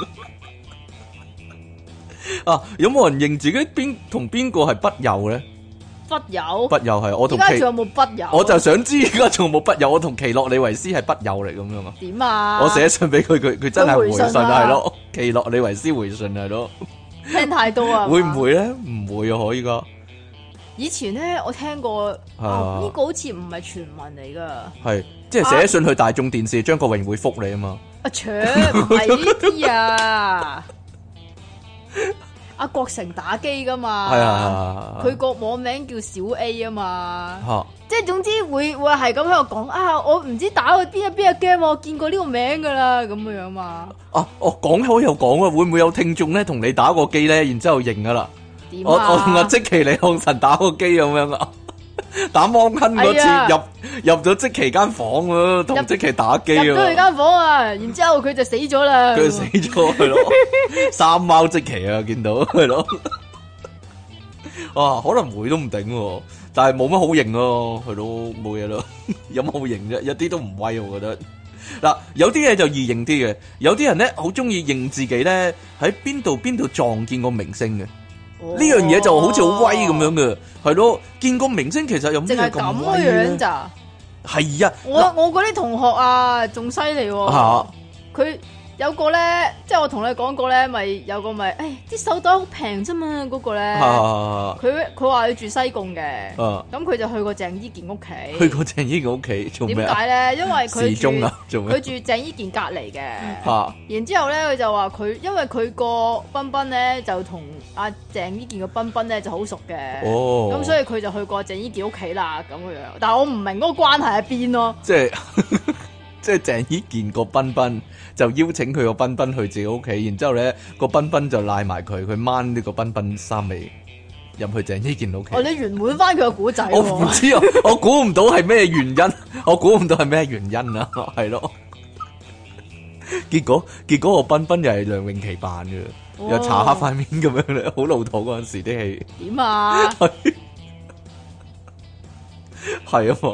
啊，有冇人認自己邊同邊個係筆友咧？
筆友，
筆友係我
而
同
家
奇，
仲有冇筆友？
我就想知而家仲有冇筆友。我同奇洛里維斯係筆友嚟咁樣啊！
點啊？
我寫信俾佢，佢佢真係
佢
回
回
信
信啊
係咯，奇洛里維斯回信係咯，
聽太多啊，
會唔？會咧？唔會啊！可依家
以前咧，我聽過
啊
啊呢個好似唔係傳聞嚟噶，啊
係即係寫信去大眾電視，張國榮會覆你啊嘛！
扯唔係呢啲啊，阿郭成打機噶嘛，
係啊，係啊係啊
佢個網名叫小 A 啊嘛，
嚇。
即係總之會會係咁喺度講啊，我唔知打過邊一邊嘅 game，我見過呢個名噶啦，咁樣嘛，
啊，我講開又講啊，會唔會有聽眾咧同你打過機咧，然之後認噶啦？
點
我我同阿
啊？
即奇李漢神打過機咁樣啊， 打芒坑嗰
哎呀
次入入咗即奇間房啊，同
入
即奇打機
入咗佢
啊，
間房啊，然之後佢就死咗 啦，
佢死咗係咯，三貓即奇啊，見到係咯，啊可能會都唔定喎，但係冇乜好型咯，係咯冇嘢咯， 有乜好型啫？一啲都唔威，我覺得。嗱，有啲嘢就易認啲嘅，有啲人咧好中意認自己咧喺邊度邊度撞見過明星嘅，呢
哦
樣嘢就好似好威咁樣，嘅，係咯，見過明星其實有咩
淨係
咁
咁
威
樣
咧？
咋？
係啊，
我我嗰啲同學啊，仲犀利喎
嚇！
佢有個咧，即係我同你講過咧，咪有個咪，誒啲手袋好平啫嘛，嗰個咧，
啊
佢佢話佢住西貢嘅，
啊，
咁佢就去過鄭伊健屋
去
企。
過鄭伊健屋企做咩
點
啊？
解咧？因為
時
佢住
鐘啊，做
佢
咩？
住鄭伊健隔離嘅，
嚇
然之後咧佢就話佢，因為佢個彬彬咧就同阿鄭伊健個彬彬咧就好熟嘅，
哦，
咁所以佢就去過鄭伊健屋企啦咁樣。但係我唔明嗰個關係喺邊咯。
即係 即係鄭伊健個彬彬就邀請佢個彬彬去自己屋企，然之後咧個彬彬就賴埋佢，佢掹呢個彬彬衫尾入去鄭伊健屋企
哦，。你圓滿翻佢個古仔
我唔
喎，
知啊，我估唔到係咩原因， 我估唔到係咩原因啊， 係咯。結果結果個彬彬又係梁咏琪扮嘅，
哦
又搽黑塊面咁樣咧，好老土嗰陣時啲戲
點 啊？
係啊嘛。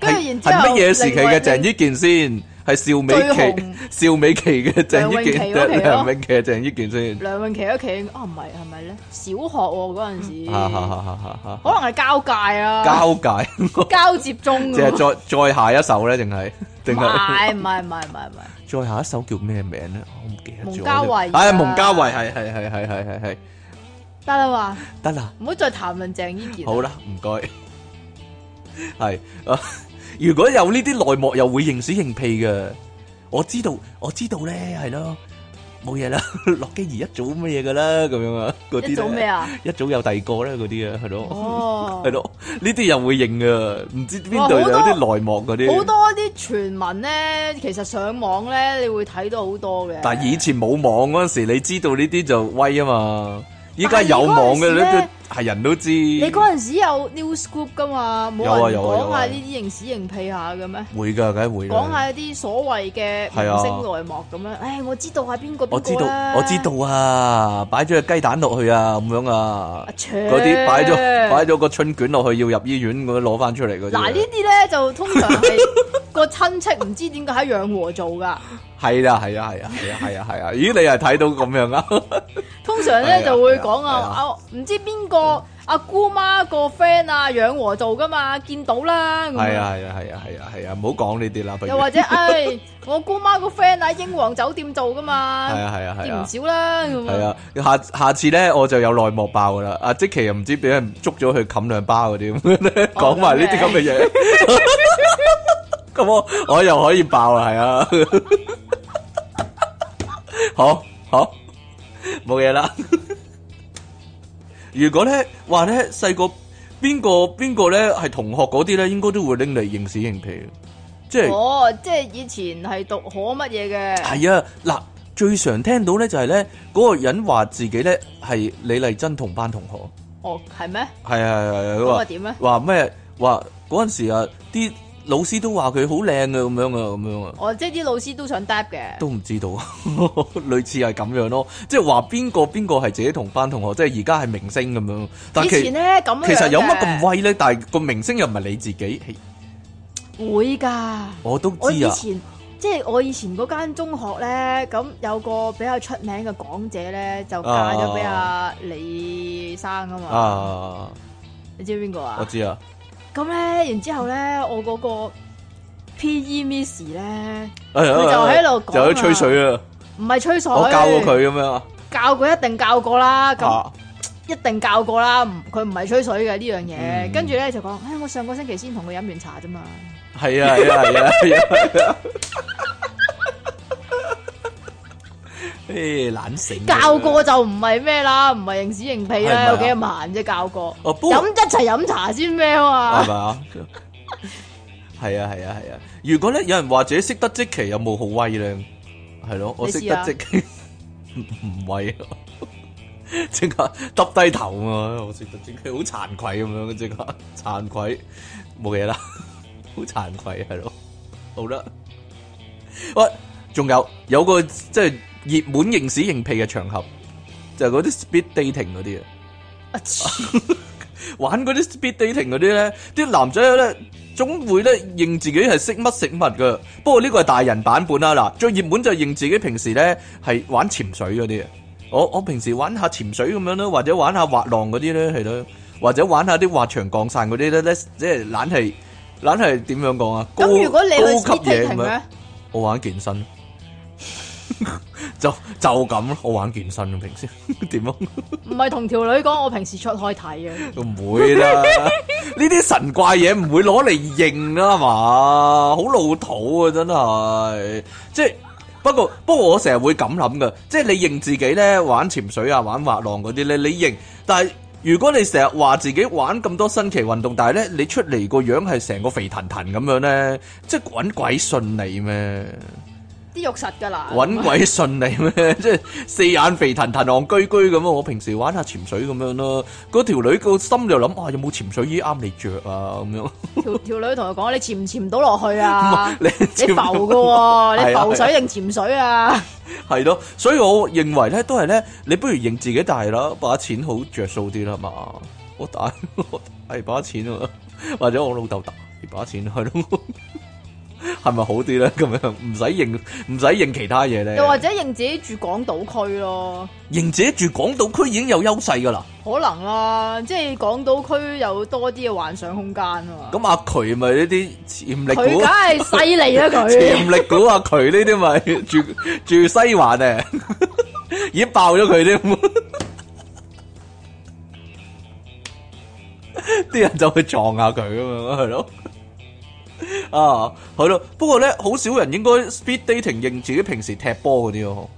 跟住
係
然之
係
後
乜嘢時期嘅鄭
伊
伊健先？係邵美
最
琪
紅、
邵美琪嘅鄭伊健、
梁詠琪嗰期咯
梁詠琪嘅鄭伊健先。
梁咏琪屋企啊？唔係係咪咧？小學喎嗰陣時，
哈哈哈哈哈哈！
可能係交界啊，
交 界，
交接中
即係
咁啊。
再再下一首咧，定係定
唔
係
係唔係唔係唔係唔係，
再下一首叫咩名咧？我唔記得咗。
蒙嘉慧
係
啊
蒙嘉慧，係係係係係係係
得啦嘛，
得啦，
唔好再談論鄭伊健。
好，啦，唔該。 係啊， 如果有呢啲內幕，又會認屎認屁嘅。我知道，我知道咧，係咯，冇嘢啦。 洛基兒一早乜嘢噶啦，咁樣啊，嗰啲
一早
呢
咩 啊？
一早有第二個咧，嗰啲啊，係咯，
哦
係，咯，呢啲又會認噶，唔知邊度
哇
有
好多
啲內幕嗰
好
啲。
多啲傳聞咧，其實上網咧，你會睇到好多嘅。
但係以前冇網嗰陣時，你知道呢啲就威啊嘛。依家有網嘅，
但係嗰陣時
你
咧
都係人都知。
你嗰阵时有 news group 噶嘛？冇
有啊
人
有啊有
講
啊
下呢啲認屎認屁下嘅咩？
會㗎，梗係會
講
啦。
下啲所謂嘅
係啊
明星內幕咁樣。唉，我知道係邊個
我
邊
知
個
道，
啦。
我知道啊，擺咗個雞蛋落去啊，咁樣啊
啊。，
嗰
嗰
啲擺咗擺咗個春卷落去，要入醫院咁樣攞翻出嚟嗰啲。啊
嗱呢啲咧就通常 係個親戚唔知點解喺養和做噶，
係啦，係啊，係啊，係啊，係啊，係 啊！咦，你係睇到咁樣啊？
嗯通常
係啊
咧就會講啊
係啊
啊唔知邊個阿姑媽個 friend 啊養和做噶嘛，見到啦咁
係
樣。
啊，係啊，係啊，係啊，係啊，唔好講呢啲啦，不如。
又或者唉，我姑媽個 friend 喺英皇酒店做噶嘛，
係啊，係啊，係
見唔
啊。
少啦咁
係
樣。
啊，下下次咧我就有內幕爆噶啦，阿啊即奇又唔知俾人捉咗去冚兩巴嗰啲咁樣咧，
哦
講埋呢啲咁嘅嘢， 咁我我又可以爆啦，係啊， 好好冇嘢啦。 如果咧話咧細個邊個邊個咧係同學嗰啲咧，應該都會拎嚟認屎認屁嘅，即 係。
哦，即係以前係讀可乜嘢嘅，
系啊，嗱，最常聽到咧就係咧，嗰、個人話自己咧係李麗珍同班同學，
哦係咩？
係啊係啊係啊，佢
咁啊
話
點咧？
話咩話嗰阵时啊，啲老師都話佢好靚嘅咁樣啊，咁樣啊，
哦，即係啲老師都想 dab 嘅。
都唔知道， 類似係咁樣咯，即係話邊個邊個係自己同班同學，即係而家係明星咁樣，但
以
其
前咧咁樣
其實有乜
嘅
咁威咧？但係個明星又唔係你自己，嘿
會㗎。
我都
我以
知啊，
前即係我以前嗰間中學咧，咁有個比較出名嘅港姐咧，就嫁咗俾阿李生啊嘛。
啊，
你知唔知邊個
我
啊？
知啊，
咁咧，然之後咧，我嗰個 P.E. Miss 咧，
佢
佢就喺度講
哎就喺度吹
啊
水啊，
唔係吹水，
我教過，佢咁樣啊
教過一定教過啦，咁
啊。
一定教過啦，唔佢唔係吹水嘅呢樣
嗯
嘢。跟住咧就講，唉，我上個星期先同佢飲完茶啫嘛。
系啊系啊系啊系啊！诶，懒醒
教過就唔係咩啦，唔係認屎認屁
係咪
啦，
啊
有幾咁閒啫？教過。
哦，不過
飲一齊飲茶先咩啊
係
嘛？
咪啊？係啊係啊係啊！如果咧有人話自己識得即期，有冇好威咧？係咯，我
你
識
試
得
下
即期 唔威啊！即刻耷低頭啊！我識得即期好慚愧咁樣，即刻慚愧冇嘢啦，好慚愧係咯。好啦，喂，仲有有個即係熱門認屎認屁嘅場合，就係嗰啲 speed dating 嗰啲啊。
啊黐
玩嗰啲 speed dating 嗰啲咧，啲男仔咧總會咧認自己係識乜食物噶。不過呢個係大人版本啦，嗱最熱門就係認自己平時咧係玩潛水嗰啲啊。我我平時玩下潛水咁樣啦，或者玩下滑浪嗰啲咧係咯，或者玩下啲滑翔降傘嗰啲咧咧，即係懶係懶係點樣講啊？高
咁如果你去
高
speed
級嘢咁
dating
樣
咧，，
我玩健身。 就就咁咯，我玩健身啊，平時 點啊？
唔係同條女講我平時出啊開睇嘅，
唔會啦，呢啲神怪嘢唔會攞嚟認啦係嘛，好老土啊真係，即係不過不過我成日會咁諗噶，即係你認自己咧玩潛水啊、玩滑浪嗰啲咧，你認，但係如果你成日話自己玩咁多新奇運動，但係咧你出嚟個樣係成個肥騰騰咁樣咧，即係揾鬼信你咩？
啲肉實 㗎啦。
揾鬼信你咩？ 即係四眼肥騰騰、戇居居咁啊！我平時玩下潛水咁樣咯，嗰條女個心就諗啊，有冇潛水衣啱你着啊？咁樣
條條女同佢講你潛唔潛到落去啊？
你
你浮㗎喎，你浮水定潛水啊？
啊係咯，所以我認為咧都係咧，你不如認自己大啦，把錢好着數啲啦嘛。我大 我大把錢啊， 或者我老豆大把錢係咯， 係咪好啲咧？咁樣唔使認唔使認其他嘢咧，
又或者認自己住港島區咯，
認自己住港島區已經有優勢㗎啦。
可能啦，即係港島區有多啲嘅幻想空間啊嘛。
咁阿渠咪呢啲潛力
佢
股
梗。係犀利啦 佢，
潛力股啊，佢呢啲咪 住住西環啊， 已經爆咗佢添， 啲人就去撞下佢咁樣，係咯。啊，係咯，不過咧，好少人應該 speed dating 認自己平時踢波嗰啲咯，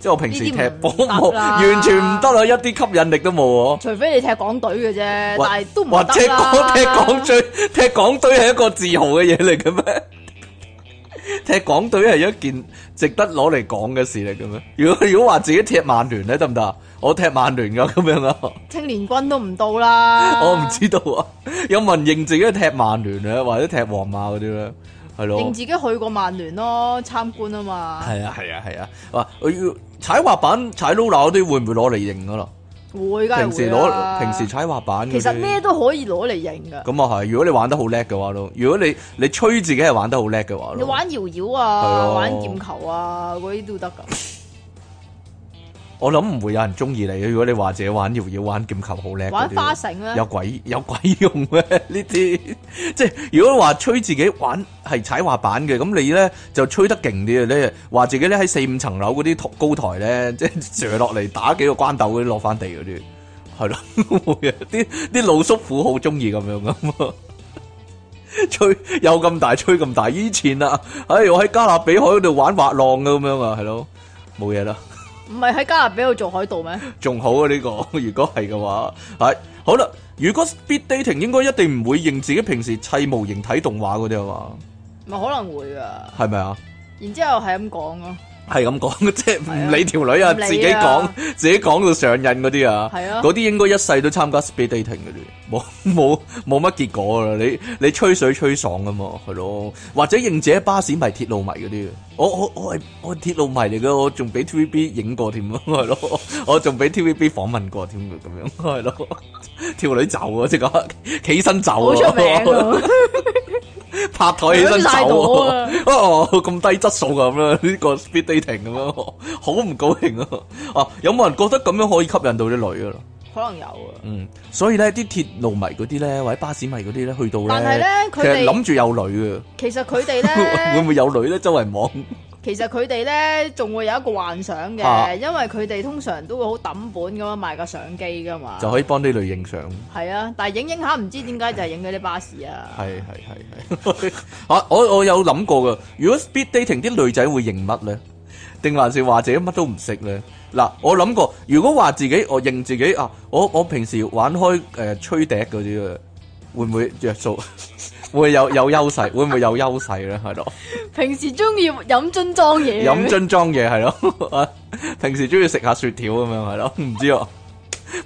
即係我平時踢波
呢啲唔
冇，
得啦
完全唔得啦，啊一啲吸引力都冇喎。
除非你踢港隊嘅啫，但
或
係都唔
或
得
者
啦。
講踢港隊，踢港隊係一個自豪嘅嘢嚟嘅咩？踢港隊係一件值得攞嚟講嘅事嚟嘅咩？如果如果話自己踢曼聯咧得唔得啊？我踢曼聯噶咁樣啊？
青年軍都唔到啦。
我唔知道啊。有冇人認自己踢曼聯咧，或者踢皇馬嗰啲咧？係咯。
認自己去過曼聯咯，參觀啊嘛，
係啊係啊係啊。話我要踩滑板、踩 l o l a 嗰啲會唔會攞嚟認噶啦？
會梗
平
係
時
會
攞
啦。
平時踩滑板嗰
其實
啲
咩都可以攞嚟認噶，
咁啊係，如果你玩得好叻嘅話咯，如果你你吹自己係玩得好叻嘅話
你
咯，
玩搖搖
啊係
啊，
咯
玩劍球啊，嗰啲都得噶。
我諗唔會有人中意你嘅。如果你話自己玩搖搖、玩劍球好叻嗰啲，
玩花啊繩咧
有，鬼有鬼用咩？ 呢啲即係如果話吹自己玩係踩滑板嘅，咁你咧就吹得勁啲嘅咧，話自己咧喺四五層樓嗰啲高台咧， 即係射落嚟打幾個關鬥嗰啲落翻地嗰啲，係咯， 會啊！啲啲老叔父好中意咁樣咁啊。 吹有咁大，吹咁大。以前啊，哎，我喺加勒比海嗰度玩滑浪嘅咁樣啊，係咯，冇嘢啦。
唔係喺加勒比度做海盜咩？
仲好啊呢、個， 如果係嘅話，係好啦。如果 speed dating 應該一定唔會認自己平時砌模型睇動畫嗰啲啊
咪可能會噶
嘛，。係咪啊？
然之後係咁講咯，
係咁講， 即係唔理條女啊，
唔理啊
自己講自己講到上癮嗰啲啊，
係啊
嗰啲應該一世都參加 speed dating 嗰啲，冇冇冇乜結果噶啦。你你吹水吹爽啊嘛，係咯，或者認自己巴士迷、鐵路迷嗰啲啊。我我我係我係鐵路迷嚟嘅，我仲俾 TVB 影過添啊， 係咯，我仲俾 TVB 訪問過添嘅啊咁樣，係咯， 條女走啊，即刻起身走
好出名
啊，
㗎
拍台起身
搶晒
走
我
啊
啊。
哦，咁低質素咁樣，呢個 speed dating 咁樣， 好唔高興啊！啊，有冇人覺得咁樣可以吸引到啲女噶啦？
可能有啊。
嗯，所以咧啲鐵路迷嗰啲咧，或者巴士迷嗰啲咧，去到
但係
咧，
咧，
其
佢
實
哋
諗住有女嘅，
其實佢 哋
會唔
咧，
會有女咧？周圍望
其實佢哋咧仲會有一個幻想
啊
嘅，因為佢哋通常都會好抌本咁樣賣架相機噶嘛。
就可以幫啲女影相，
係啊，但係影影下唔知點解就係影嗰啲巴士啊。
係係係係。 啊，我我有諗過噶，如果 speed dating 啲女仔會認乜咧？定還是話自己乜都唔識咧？嗱，我諗過，如果話自己我認自己啊，我我平時玩開誒、呃吹笛嗰啲啊，會唔會着數？ 會唔會有有優勢？會唔會有優勢咧？係咯，
平時中意飲樽裝嘢，
飲樽裝嘢係咯， 啊平時中意食下雪條咁樣係咯，唔知啊，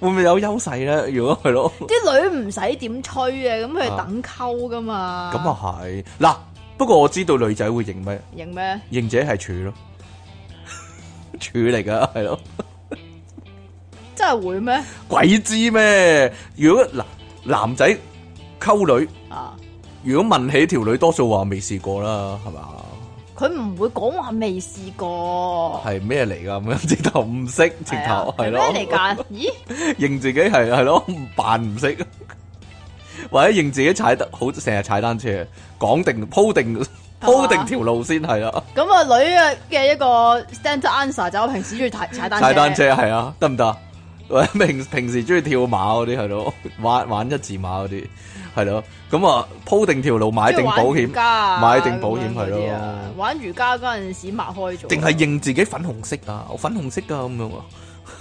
會唔會有優勢咧？如果係咯，
啲女唔使點吹嘅，咁佢哋
啊
等溝噶嘛。
咁啊係嗱，不過我知道女仔會認咩？
影咩？
認者係處 咯，處嚟噶係咯。
真係會咩？
鬼知咩？如果嗱男仔溝女，
啊，
如果問起條女，多數話未試過啦，係嘛？
佢唔會講話未試過。
係咩嚟㗎？咁樣 直頭唔識，直
係啊
頭係咯，
咩嚟㗎？咦，
認自己係係咯，扮唔識，或者認自己踩得好，成日踩單車，講定鋪定鋪定條路先係啦，
咁啊女嘅嘅一個 standard answer 就我平時中意踩踩單
踩單。車係啊，得唔得啊？或者平平時中意跳馬嗰啲係咯，玩玩一字馬嗰啲係咯，咁啊鋪定條路買定保險。
家
買定保險係咯
啊玩瑜伽嗰陣時擘開咗，
定係啊認自己粉紅色啊，我粉紅色噶咁樣啊，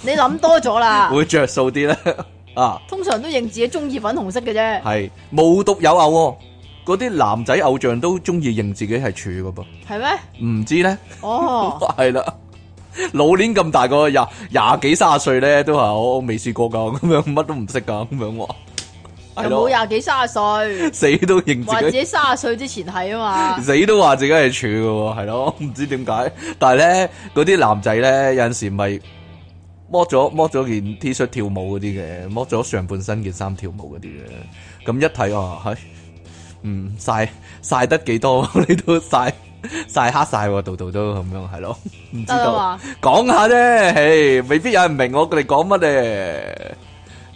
你諗多咗啦。
會着數啲咧 啊，
通常都認自己中意粉紅色嘅啫，
係無獨有偶喎，嗰啲男仔偶像都中意認自己係處噶
係咩？
噃，唔知咧
哦，
係啦，老年咁大個廿廿幾卅歲咧，都係我我未試過噶，咁樣乜都唔識噶，咁樣喎，
又
係
冇
咯，
廿幾卅 歲，
死都認
話
自
自
己。
己卅歲之前係啊嘛，
死都話自己係處嘅喎，係咯， 唔知點解。但係咧，嗰啲男仔咧，有陣時咪剝咗剝咗件 T 恤跳舞嗰啲嘅，剝咗上半身件衫跳舞嗰啲嘅。咁一睇啊，係嗯曬曬得幾多？ 你都曬曬黑曬喎，度度都咁樣係咯，唔知
得啦
道
嘛。
講下啫，嘿，未必有人明我哋講乜咧。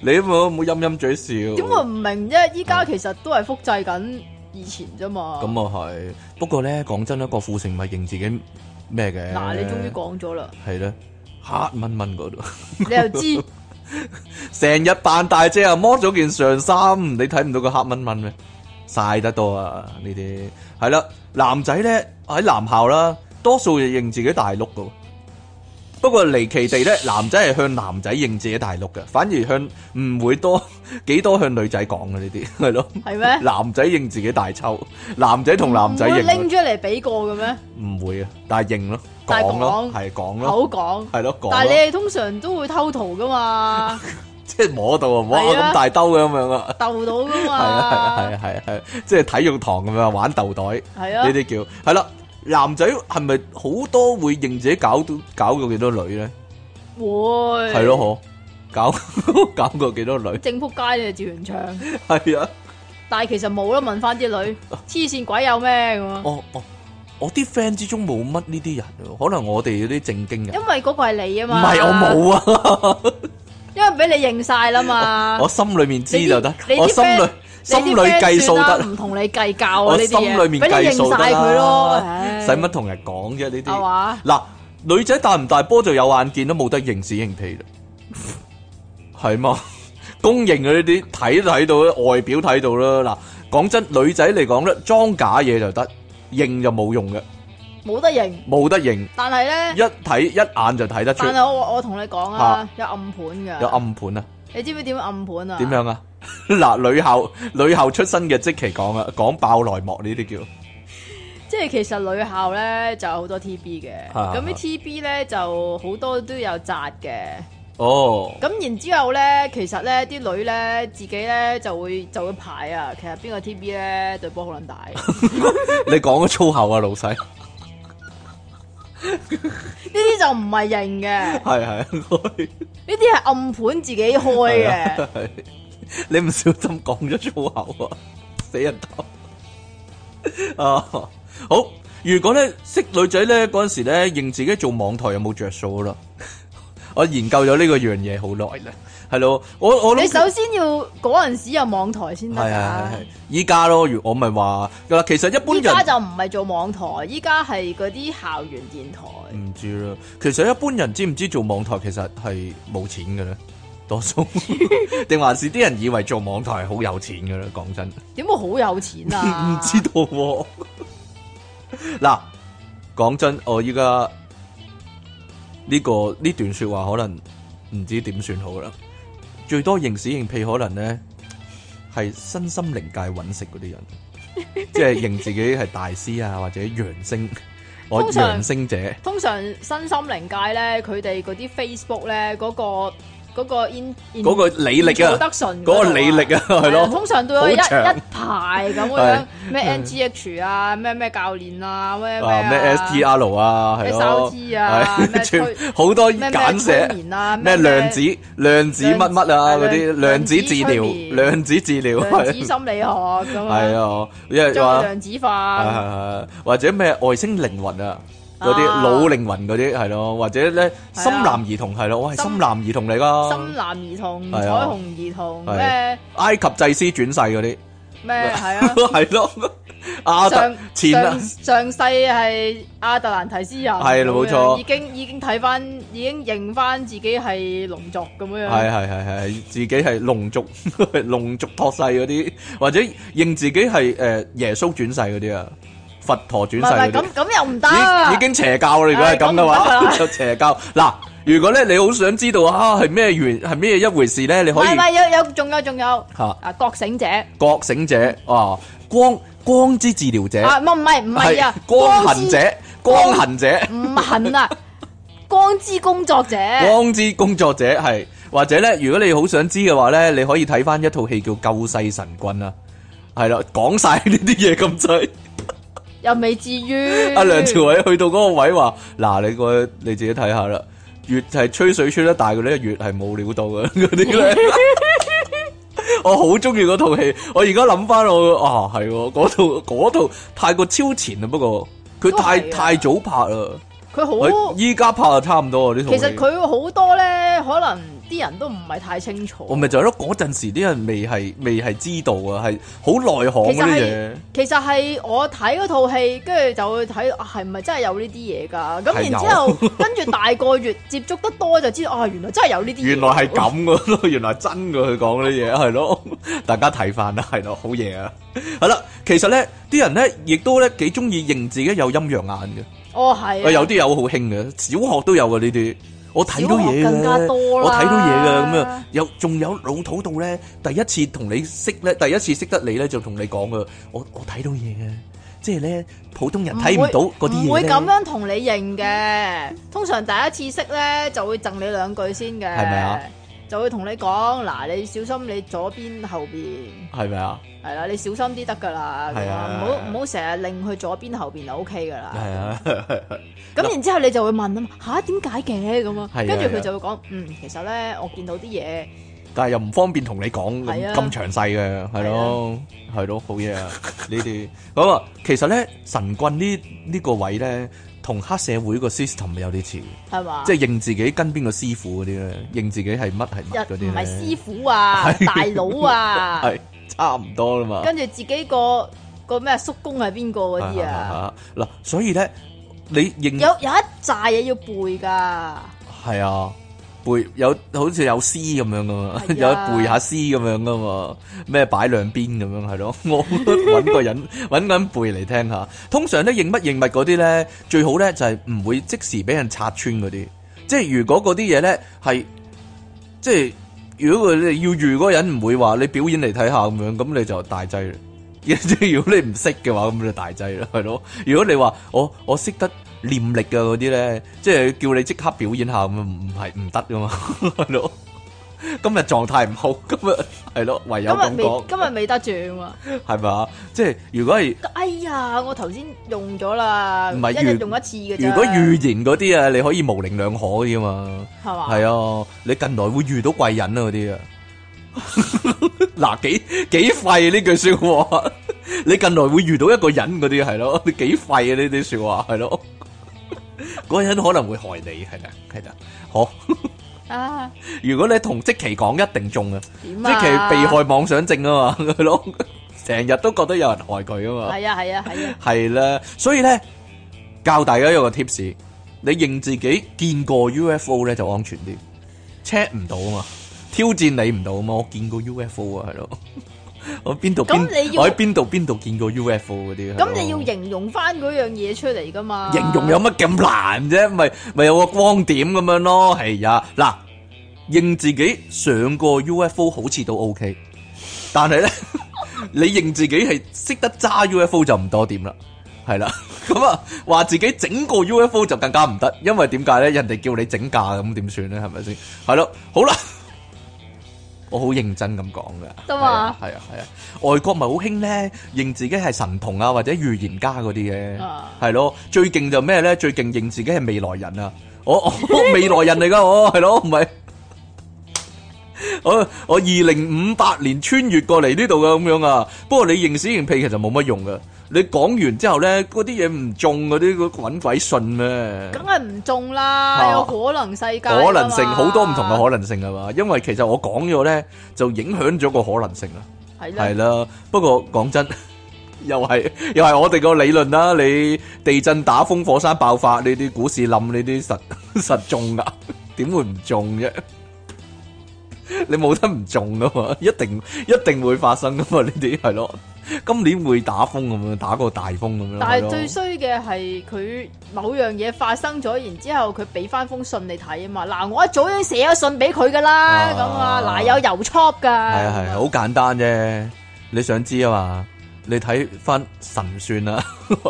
你冇冇陰陰嘴笑？
點會唔明啫？依家其實都係複製緊以前啫嘛。
咁啊係，不過咧講真啦，郭富城咪認自己咩嘅？
嗱，你終於講咗啦，
係咧，黑蚊蚊嗰度，
你又知
成日扮大隻啊，剝咗件上衫，你睇唔到個黑蚊蚊咩？晒得多啊呢啲，係啦，男仔咧喺男校啦，多數就認自己大碌噶，不過離奇地咧，男仔係向男仔認自己大陸嘅，反而向唔會多幾多向女仔講嘅呢啲，係咯。
系咩？
男仔認自己大抽，男仔同男仔
唔會
認
拎出嚟俾過嘅咩？
咯，唔會啊，但係認咯，
但係
講咯，
講
係講咯，
口講，
係咯，講
但係你
咯，
哋通常都會偷圖噶嘛，
即係摸到啊，摸
係啊
咁大兜咁樣啊，
鬥到噶
係啊係啊係
嘛，
啊係啊係啊，即係體育堂咁樣玩豆袋。
係
呢
啊，
啲叫係啦。男仔係咪好多會認自己搞到搞過幾多女咧？
會
係，咯，嗬，搞 搞過幾多女？
正仆街你就趙完唱，
係啊，
但係其實冇啦，問翻啲 女，黐線鬼有咩咁啊？
我我我啲 friend 之中冇乜呢啲人喎，可能我哋嗰啲正經人。
因為嗰個係你啊
唔
嘛，
係我冇啊，
因為俾你認晒啦嘛
我，心裏面知
你啲
就得
你，啲
我心裏
friend-
心
你
裏
啲 friend
計數
算啦
得，
唔同你計較啊
我
呢啲
心裏
嘢，
面
俾你
計
認
數得
晒佢 咯，
啦，
唉
使乜同人講啫呢
係
啲？
嘛？
嗱，女仔大唔大波就有眼見都冇得認屎認屁啦， 係嘛？ 公認嘅呢啲睇都睇到啦，外表睇到啦。嗱，講真，女仔嚟講咧，裝假嘢就得，認就冇用嘅，
冇得認，
冇得認，
但係咧
一。睇一眼就睇得出
但系我我同你講啊，有暗盤
有
噶，
暗盤啊，
你知唔知點樣暗盤啊？
點？樣啊？ 嗱，女校女校出身嘅即其講啊，講爆內幕呢啲叫
即係其實女校咧就有好多 TB 嘅，
啊
咁啲 TB 咧就好多都有扎嘅。
哦，
咁然之後咧，其實咧啲女咧自己咧就會就會排啊。其實邊個 TB 咧對波好 撚大？呢
你講咗粗口啊，老細，
啲就唔係認嘅，呢
係係。
啲係暗盤自己開
係
嘅。
啊係你唔小心講咗粗口啊，死人頭啊！好，如果咧識女仔咧嗰阵时咧認自己做網台有冇着數 啦？我研究咗呢個樣嘢好耐啦，係咯，我我
你
諗
首先要嗰陣時有網台先得
係係啊係係
㗎。
依家咯，如我咪話嗱，其實一般
依家
人
就唔係做網台，依家係嗰啲校園電台。
唔知啦，其實一般人知唔知做網台其實係冇錢嘅咧？多數定還是啲人以為做網台係好有錢嘅咧？講真。
點會好有錢
唔
啊？
知道喎、嗱，講真，我依家呢個呢段说話可能唔知點算好啦。最多認屎認屁，可能咧係身心靈界揾食嗰啲 人，即係認自己係大師啊，或者揚升，我
通常
揚升者
通常身心靈界咧，佢哋嗰啲 Facebook 咧，嗰、個嗰、個 in
嗰個履歷
得
啊，
順
嗰個履歷啊，係咯，
通常都有一一
好長
排咁
係
樣，咩 NGH 啊，咩咩教練啊，咩咩
啊咩 STR 啊，係
咩
咯，
SRT 啊
係
咩
全
催
好多
咩咩
簡寫
催。眠啊，
咩量子量子乜乜啊嗰
量子
啲量
量
子
子
治療
催眠
量子治療
量子
係
心理學咁
係
啊，
啊，因為
將佢
話係
量子
係
化，
係或者咩外星靈魂啊嗰啲
啊
老靈魂嗰啲係咯，或者咧
係啊
深藍兒童係咯，我係
深
深藍兒童嚟噶
深，藍兒童、
係
彩
啊
虹兒童，
係
咩
埃及祭司轉世嗰 啲
咩 係啊。
係咯，亞特
上
前啊
上。上世係亞特蘭提斯人，
係啦冇錯
已經已經睇翻，已經認翻自己係龍族咁樣
係
樣。
係係係，自己係龍族 龍族托世嗰啲，或者認自己係誒耶穌轉世嗰啲啊，佛陀轉
唔
世嗰
係唔係
啲
咁。咁又唔得，
已已經邪教啦，如果係咁嘅
唉咁唔得
話，
啦
就邪教。嗱，如果咧你好想知道啊係咩原係咩一回事咧，你
唔
可以
係唔係有有仲有仲有
嚇
啊覺醒者啊
覺醒者啊，光光之治療者，
唔係唔係唔係啊
光行
之
者，光行者，
唔行 啊光之工作者
光之工作者係，或者咧，如果你好想知嘅話咧，你可以睇翻一套戲叫《救世神棍》啊，係啦，講晒呢啲嘢咁滯。
又未至於
阿梁朝偉去到嗰個位話：嗱，你個你自己睇下啦，越係吹水吹得大嘅咧，越係冇料到嘅嗰啲咧。 我好中意嗰套戲，我而家諗翻我啊，係喎嗰套嗰套太過超前啊啦，不過佢太
都係啊
太早拍啦，
佢好
佢，依家拍就差唔多啊呢套戲。
其實佢好多咧，可能啲人都唔係太清楚。
我咪就係咯，嗰陣時啲人未係未係知道啊，係好內行
其
嗰
實
啲
係
嘢。
其實係我睇嗰套戲，跟住就會睇啊，係咪真係有呢啲嘢㗎？咁
係有
然之後，跟住大個月接觸得多，就知道啊，原來真係有呢啲嘢。
原來係咁噶咯，原來真嘅佢講啲嘢係咯， 大家睇翻啦，係咯，好嘢啊！係啦，其實咧，啲人咧亦都咧幾中意認自己有陰陽眼嘅，
哦，係
啊
啊
有啲有好興嘅，小學都有嘅呢啲，我睇到嘢
小學更加
嘅，
多啦
我睇到嘢嘅咁樣，有仲有老土到咧，第一次同你識咧，第一次識得你咧就同你講噶，我我睇到嘢嘅，即係咧普通人睇唔到嗰啲
唔
嘢
會
咧，
咁啊樣同你認嘅。通常第一次識咧，就會贈你兩句先嘅，
係咪啊？
就會同你講嗱，你小心你左邊後邊，
係咪啊？
係啦，你小心啲得噶啦，
係
咁
啊
啊唔好唔好成日擰去左邊後邊就 O K 噶啦。
係啊，
咁然之後你就會問啊嘛，吓點解嘅咁啊？
係啊
跟住
係
佢
啊
就會講，嗯，其實咧我見到啲嘢，
但係又唔方便同你講
係
咁
啊
咁詳細嘅，係咯，係咯，好嘢啊！呢啲咁啊，其實咧神棍呢呢個位咧，同黑社會個 system 有啲似，
係嘛？
即係認自己跟邊個師傅嗰啲咧，認自己係乜係乜嗰啲
又
咧，
唔係師傅啊，大佬啊，
係差唔多啦嘛。
跟住自己個個咩叔公係邊個嗰啲啊？
啊嗱，所以咧，你認
有有一扎嘢要背噶，
係啊，背有好似有詩咁樣噶嘛， 有
係啊
背下詩咁樣噶嘛，咩擺兩邊咁樣係咯， 我揾個人 揾緊背嚟聽下。通常咧認乜認物嗰啲咧，最好咧就係唔會即時俾人拆穿嗰啲，即係如果嗰啲嘢咧係即係。如果佢哋要預嗰個人唔會話你表演嚟睇下咁樣，咁你就大劑啦。 即係如果你唔識嘅話，咁就大劑啦，係咯。 如果你話我我識得念力嘅嗰啲咧，即係叫你即刻表演下咁，唔係唔得噶嘛， 係咯。今日狀態唔好，今日係咯，唯
今
有咁
日未
講，
今日未得獎啊！
係咪啊？即係如果係
哎呀，我頭先用咗啦，
唔係
一日
預
用一次嘅啫。
如果預言嗰啲啊，你可以模棱兩可啲啊嘛。
係嘛？
係啊，你近來會遇到貴人啊嗰啲啊。 嗱，幾幾廢呢句说話？你近來會遇到一個人嗰啲係咯，你幾廢啊呢啲说話係咯？嗰個人可能會害你，係啦，係啦。好，
啊，
如果你同即期講，一定中啊！
點
即
啊？
期被害妄想症啊嘛，係咯，成日都覺得有人害佢啊嘛。
係啊係啊係啊，
系啦，所以咧教大家一個 tips，你認自己見過 UFO 咧就安全啲，check 唔到啊嘛，挑戰你唔到啊嘛，我見過 UFO 啊，係咯， 我邊度邊
咁你要
我喺邊度邊度見過 UFO 嗰啲，係咯
咁你要形容翻嗰樣嘢出嚟噶嘛？
形容有乜咁難啫？咪咪有個光點咁樣咯，係呀，嗱，認自己上過 UFO 好似都 OK，但係咧， 你認自己係識得揸 UFO 就唔多掂啦，係啦， 咁啊話自己整個 UFO 就更加唔得，因為點解咧？人哋叫你整架咁點算咧？係咪先？係咯，好啦。我好認真咁講㗎，
得嘛
係啊係啊，外國咪好興咧，認自己係神童啊或者預言家嗰啲嘅，
啊
係咯，最勁就咩咧？最勁認自己係未來人啊！我我未來人嚟㗎，我係咯，唔係我我二零五八年穿越過嚟呢度嘅咁樣啊。不過你認屎認屁其實冇乜用㗎。你講完之後咧，嗰啲嘢唔中嗰啲，揾鬼信咩？
梗係唔中
啊
啦，有可能世界㗎嘛
可能性好多唔同嘅可能性係嘛？因為其實我講咗咧，就影響咗個可能性啊。
係啦
係啦，不過講真， 又係 又係我哋個理論啦。你地震打風、火山爆發呢啲股市冧呢啲實 實中噶， 點會唔中啫？ 你冇得唔中噶嘛？ 一定一定會發生噶嘛？呢啲係咯，今年會打風咁樣，打個大風咁樣。
但
係
係
咯
最衰嘅係佢某樣嘢發生咗，然之後佢俾翻封信你睇啊嘛。嗱，我一早已經寫咗信俾佢噶啦，
啊
咁啊，嗱有郵 chop 噶，
係啊係啊，好簡單啫。你想知啊嘛？你睇翻神算啦，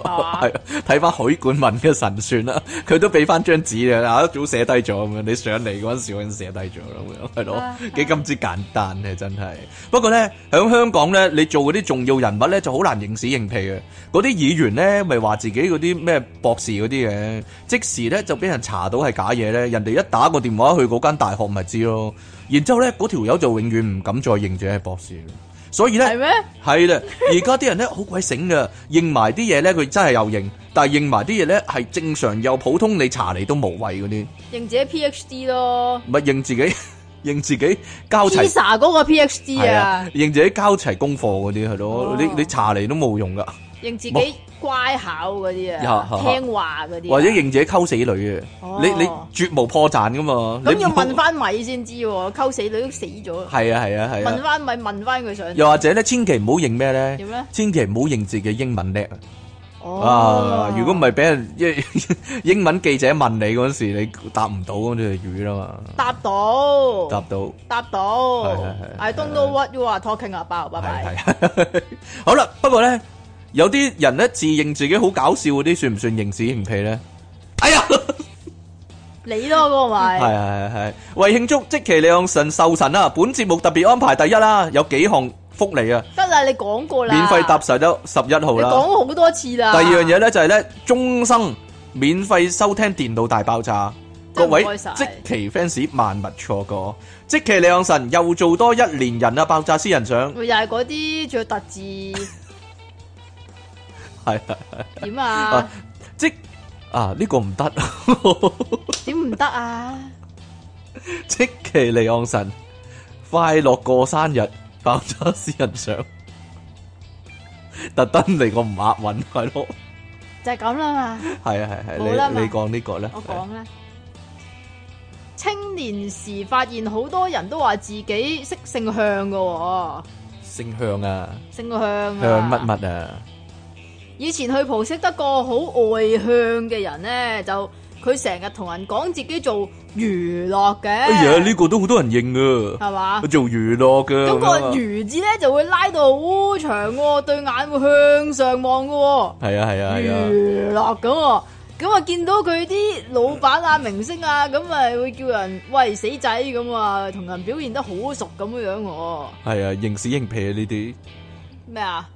嘛
係啊睇翻許冠文嘅神算啦，佢都俾翻張紙你啊，一早寫低咗咁樣。你上嚟嗰陣時，我已經寫低咗啦，咁樣係咯
啊，
幾咁之簡單嘅真係。不過咧，喺香港咧，你做嗰啲重要人物咧，就好難認屎認屁嘅。嗰啲議員咧，咪話自己嗰啲咩博士嗰啲嘅，即時咧就俾人查到係假嘢咧，人哋一打個電話去嗰間大學咪知咯。然之後咧，嗰條友就永遠唔敢再認自己係博士，所以咧
係咩？
係啦，而家啲人咧好鬼醒噶，認埋啲嘢咧佢真係又認，但係認埋啲嘢咧係正常又普通，你查嚟都無謂嗰啲，
認自己 PhD 咯
咪認自己 認自己交齊。
，Pisa 嗰個
係
PhD 啊，
認自己交齊功課嗰啲係咯
哦，啊
你你查嚟都冇用噶，
認自
冇
己乖巧嗰啲啊，
呀
聽話嗰啲啊，
或者認自己溝死女嘅，
哦
你你絕無破綻噶嘛，
咁
你
要
冇
問翻米先知喎，溝死女都死咗，
係啊係啊係
問
啊，
翻米問翻佢想
又或者咧，千祈唔好認咩咧
點，咧？
千祈唔好認自己英文叻啊，啊
哦，！
如果唔係俾人 英文記者問你嗰時，你答唔到咁就係魚啦嘛，
答到，
答到
答到
係係係
，I don't know what you are talking about，拜拜。
係 係。好啦，不過咧，有啲人咧自認自己好搞笑嗰啲，算唔算認屎認屁咧？哎呀，
你咯，嗰個咪
係係係係，為慶祝即其兩神壽神啊！本節目特別安排第一啦，有幾項福利啊，
得啦，你講過啦，
免費搭十一十一號
你
啦。
講好多次啦。
第二樣嘢咧就係咧，終生免費收聽電腦大爆炸，各
真係
位
唔該晒
即期 fans 萬勿錯過。即期李昂臣又做多一年人啊！爆炸私人相
咪又係嗰啲仲有特字
係啊
點
啊
啊？
即啊呢、個唔得，
點唔得啊？
即期李昂臣快樂過生日，爆炸私人相，特登嚟個唔押韻係咯，
就係咁啦 嘛。
係啊係係，
好啦
你
嘛
你講呢個咧，
我講啦。青年時發現好多人都話自己識性向噶、喎，
性向啊，
性向啊
向乜？乜啊，
以前去蒲識得個好外向嘅人咧，就佢成日同人講自己做娛樂嘅，
哎呀呢、個都好多人認啊。
係嘛？
我做娛樂嘅，
咁個魚字咧就會拉到好長喎、對眼會向上望噶、喎。
係啊係啊係啊，
娛樂咁喎。咁啊，見到佢啲老闆啊、明星啊，咁啊會叫人喂死仔咁啊，同人表現得好熟咁樣樣喎。
係啊，認屎認屁啊呢啲
咩啊？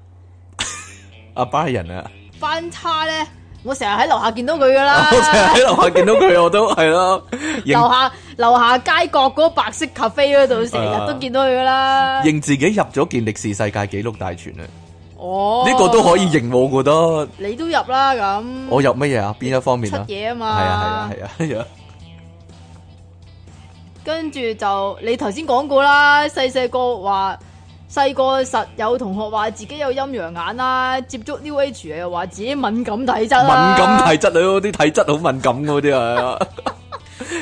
阿巴人啊，
翻差咧，我成日喺樓下見到佢 噶
我成日
啦，
喺樓下見到佢我都係咯，
樓
認
下樓下街角嗰個白色咖啡嗰
啊
度，成日都見到佢噶啦。
認自己入咗件歷史世界紀錄大全啊，
哦，
呢個都可以，認，我覺得
你都入啦咁。
我入乜嘢啊？邊一方面
出
啊？
嘢啊
係
嘛，
啊係啊係啊，
跟住就你頭先講過啦，細細個話細個實有同學話自己有陰陽眼啦，接觸 New Age 又話自己敏感體質啦，
敏感體質啊，啲體質好敏感嗰啲啊，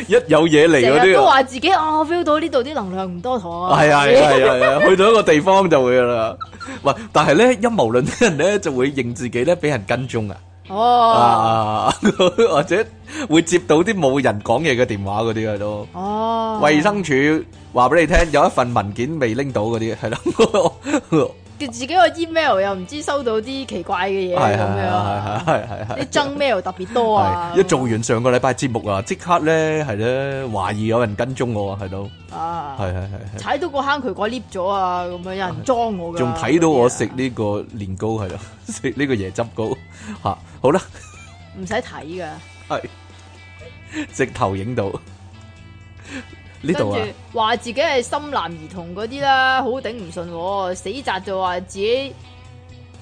一有嘢嚟嗰
成日
啲
都
啊，
話自己啊，我 feel 到呢度啲能量唔多妥啊，
係啊係啊係啊係啊，去到一個地方就會㗎啦。喂，但係咧陰謀論啲人咧就會認自己咧俾人跟蹤啊。
Ờ.
À,
哦
啊， 或者會接到啲冇人講嘢嘅電話嗰啲啊都。
哦，
衛生署話俾你聽，有一份文件未拎到嗰啲，係咯，
自己個 email 又唔知收到啲奇怪嘅嘢
係係
咁
係
樣，
係係係
啲憎 mail 特別多啊，
係一做完上個禮拜節目啊，即刻咧係咧懷疑有人跟蹤我啊，係咯，
啊，
係係係係，
踩到個坑渠蓋 lift 咗啊，咁樣有人裝我㗎，
仲睇到我食
嗰啲啊
呢個年糕係 咯，食呢個椰汁糕吓，好啦，
唔使睇㗎。
係直頭影到呢
跟
度
住
啊，
話自己係深藍兒童嗰啲啦，好頂唔順喎，死宅就話自己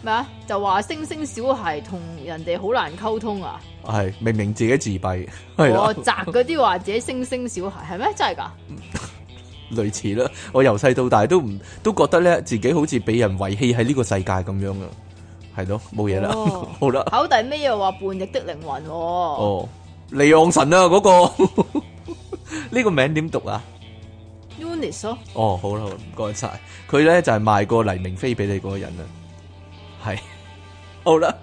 咩啊？就話星星小孩同人哋好難溝通啊！
係明明自己自閉係
我
啦。
宅嗰啲話自己星星小孩係咩？真 係㗎？
類似啦，我由細到大都唔都覺得咧，自己好似俾人遺棄喺呢個世界咁樣啊，係咯，冇嘢啦，
哦
好啦，
考第尾又話叛逆的靈魂喎、
哦，利昂神啊，嗰、個 呢個名點讀啊？
u n i s 咯，
哦，好啦，好啦唔該晒，佢咧就係、賣過黎明飛俾你嗰個人啊，係， 好啦。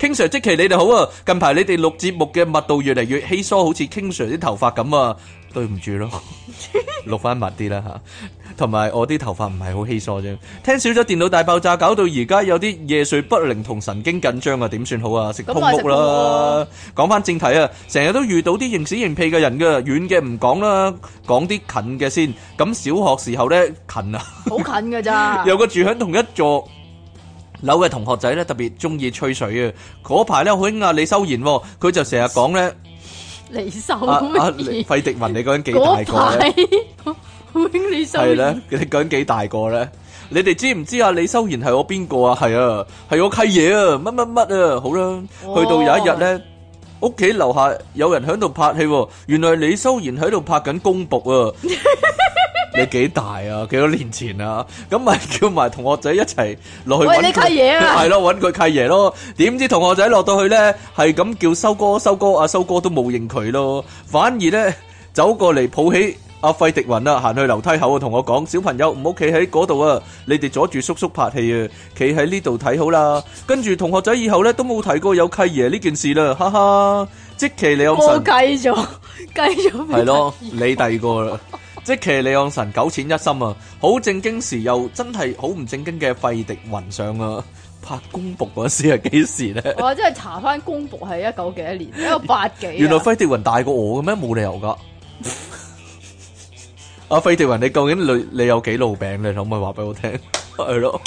King Sir 即期你哋好啊！近排你哋錄節目嘅密度越嚟越稀疏，好似 King Sir 啲頭髮咁啊！對唔 住咯，錄翻密啲啦吓，同埋我啲頭髮唔係好稀疏啫。聽少咗電腦大爆炸，搞到而家有啲夜睡不寧同神經緊張啊！點算好啊？食通
咁咪食
屋
通屋
啦
咯！
講翻正題啊，成日都遇到啲認屎認屁嘅人噶，遠嘅唔講啦，講啲近嘅先。咁小學時候呢，近啊！？
好近㗎咋
有個住喺同一座樓嘅同學仔咧，特別中意吹水啊！嗰排咧好興啊李修賢喎，佢就成日講咧，
你手
阿阿
乜嘢
費迪啊文你究竟幾大
啊嗰
個咧？
排 好興你手
係咧，你究竟幾大個咧？你哋知唔知啊？李修賢係我邊個啊？係啊，係我契爺啊！乜乜乜啊！好啦，
哦
去到有一日咧，屋企樓下有人喺度拍戲喎，原來李修賢喺度拍緊公仆 啊！你幾大啊？幾多年前啊？咁咪叫埋同學仔一齊落去
喂
揾
你
佢
契爺啊
係咯，揾佢契爺咯。點知同學仔落到去咧，係咁叫修哥，修哥，阿修哥都冇認佢咯，反而咧走過嚟抱起。阿費迪雲啊，行去樓梯口啊，同我講：小朋友唔好企喺嗰度啊，你哋阻住叔叔拍戲啊，企喺呢度睇好啦。跟住同學仔以後咧都冇提過有契爺呢件事啦，哈哈！即其你有
我
神
繼 續繼續
係咯，你第二個啦。即其李昂神九淺一心啊，好正經時又真係好唔正經嘅費迪雲上啊，拍公仆嗰時係幾時呢？
我真係查翻公仆係一九幾一年，一九八幾啊。
原來費迪雲大過我嘅咩？冇理由 噶。阿費迪雲，你究竟你你有幾老餅？你可唔可以話俾我聽？係咯，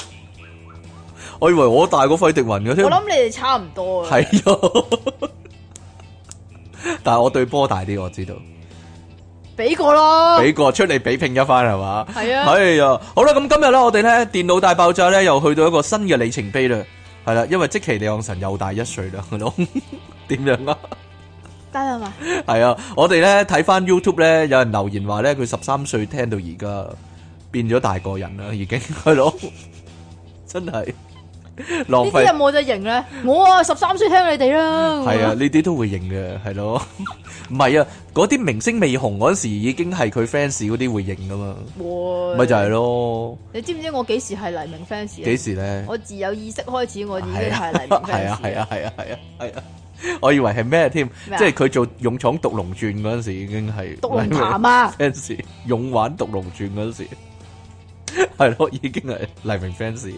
我以為我大過費迪雲嘅添
我。諗你哋差唔多啊。
係咯，但係我對波大啲，我知道。
俾過咯，
俾個出嚟比拼一番係嘛？
係啊，
係啊，好啦，咁今日咧，我哋咧電腦大爆炸咧，又去到一個新嘅里程碑啦。係啦，因為即其李昂神又大一歲啦，係 咯點樣啊？
得啦嘛，
系啊，我哋咧睇翻 YouTube 咧，有人留言話咧，佢十三歲聽到而家變咗大個人啦，已經 係咯，真係浪
呢
費
啲有。冇得型咧？我啊十三歲聽你哋啦，
係啊，呢啲都會認嘅，係咯。 唔係啊，嗰啲明星未紅嗰陣時，已經係佢 fans 嗰啲會認噶嘛，
我，
咪就係咯。
你知唔知我幾時係黎明 fans
幾
啊？
時咧？
我自有意識開始，我已經
係啊
係黎明
係啊，係
fans
啊，係啊，係啊，係啊。我以為係咩添？
咩啊
即係佢做《勇闖獨龍傳》嗰陣時，已經係
獨龍潭啊，
fans 勇玩《獨龍傳》嗰陣時，係咯，已經係黎明 fans，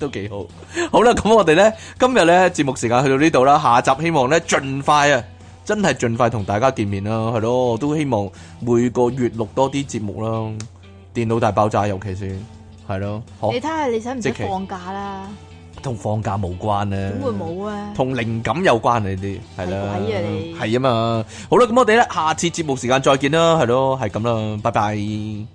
都幾好。好啦，咁我哋咧今日咧節目時間去到呢度啦，下集希望咧盡快啊，真係盡快同大家見面啦，係咯，我都希望每個月錄多啲節目啦，電腦大爆炸尤其是係咯，好
你睇下你使唔
哦即
使
期
放假啦？
同放假冇關咧，
點會冇啊？
同靈感有關啊呢啲，係啦，
係鬼啊你
係啊嘛，好啦，咁我哋咧下次節目時間再見啦，係咯，係咁啦，拜拜。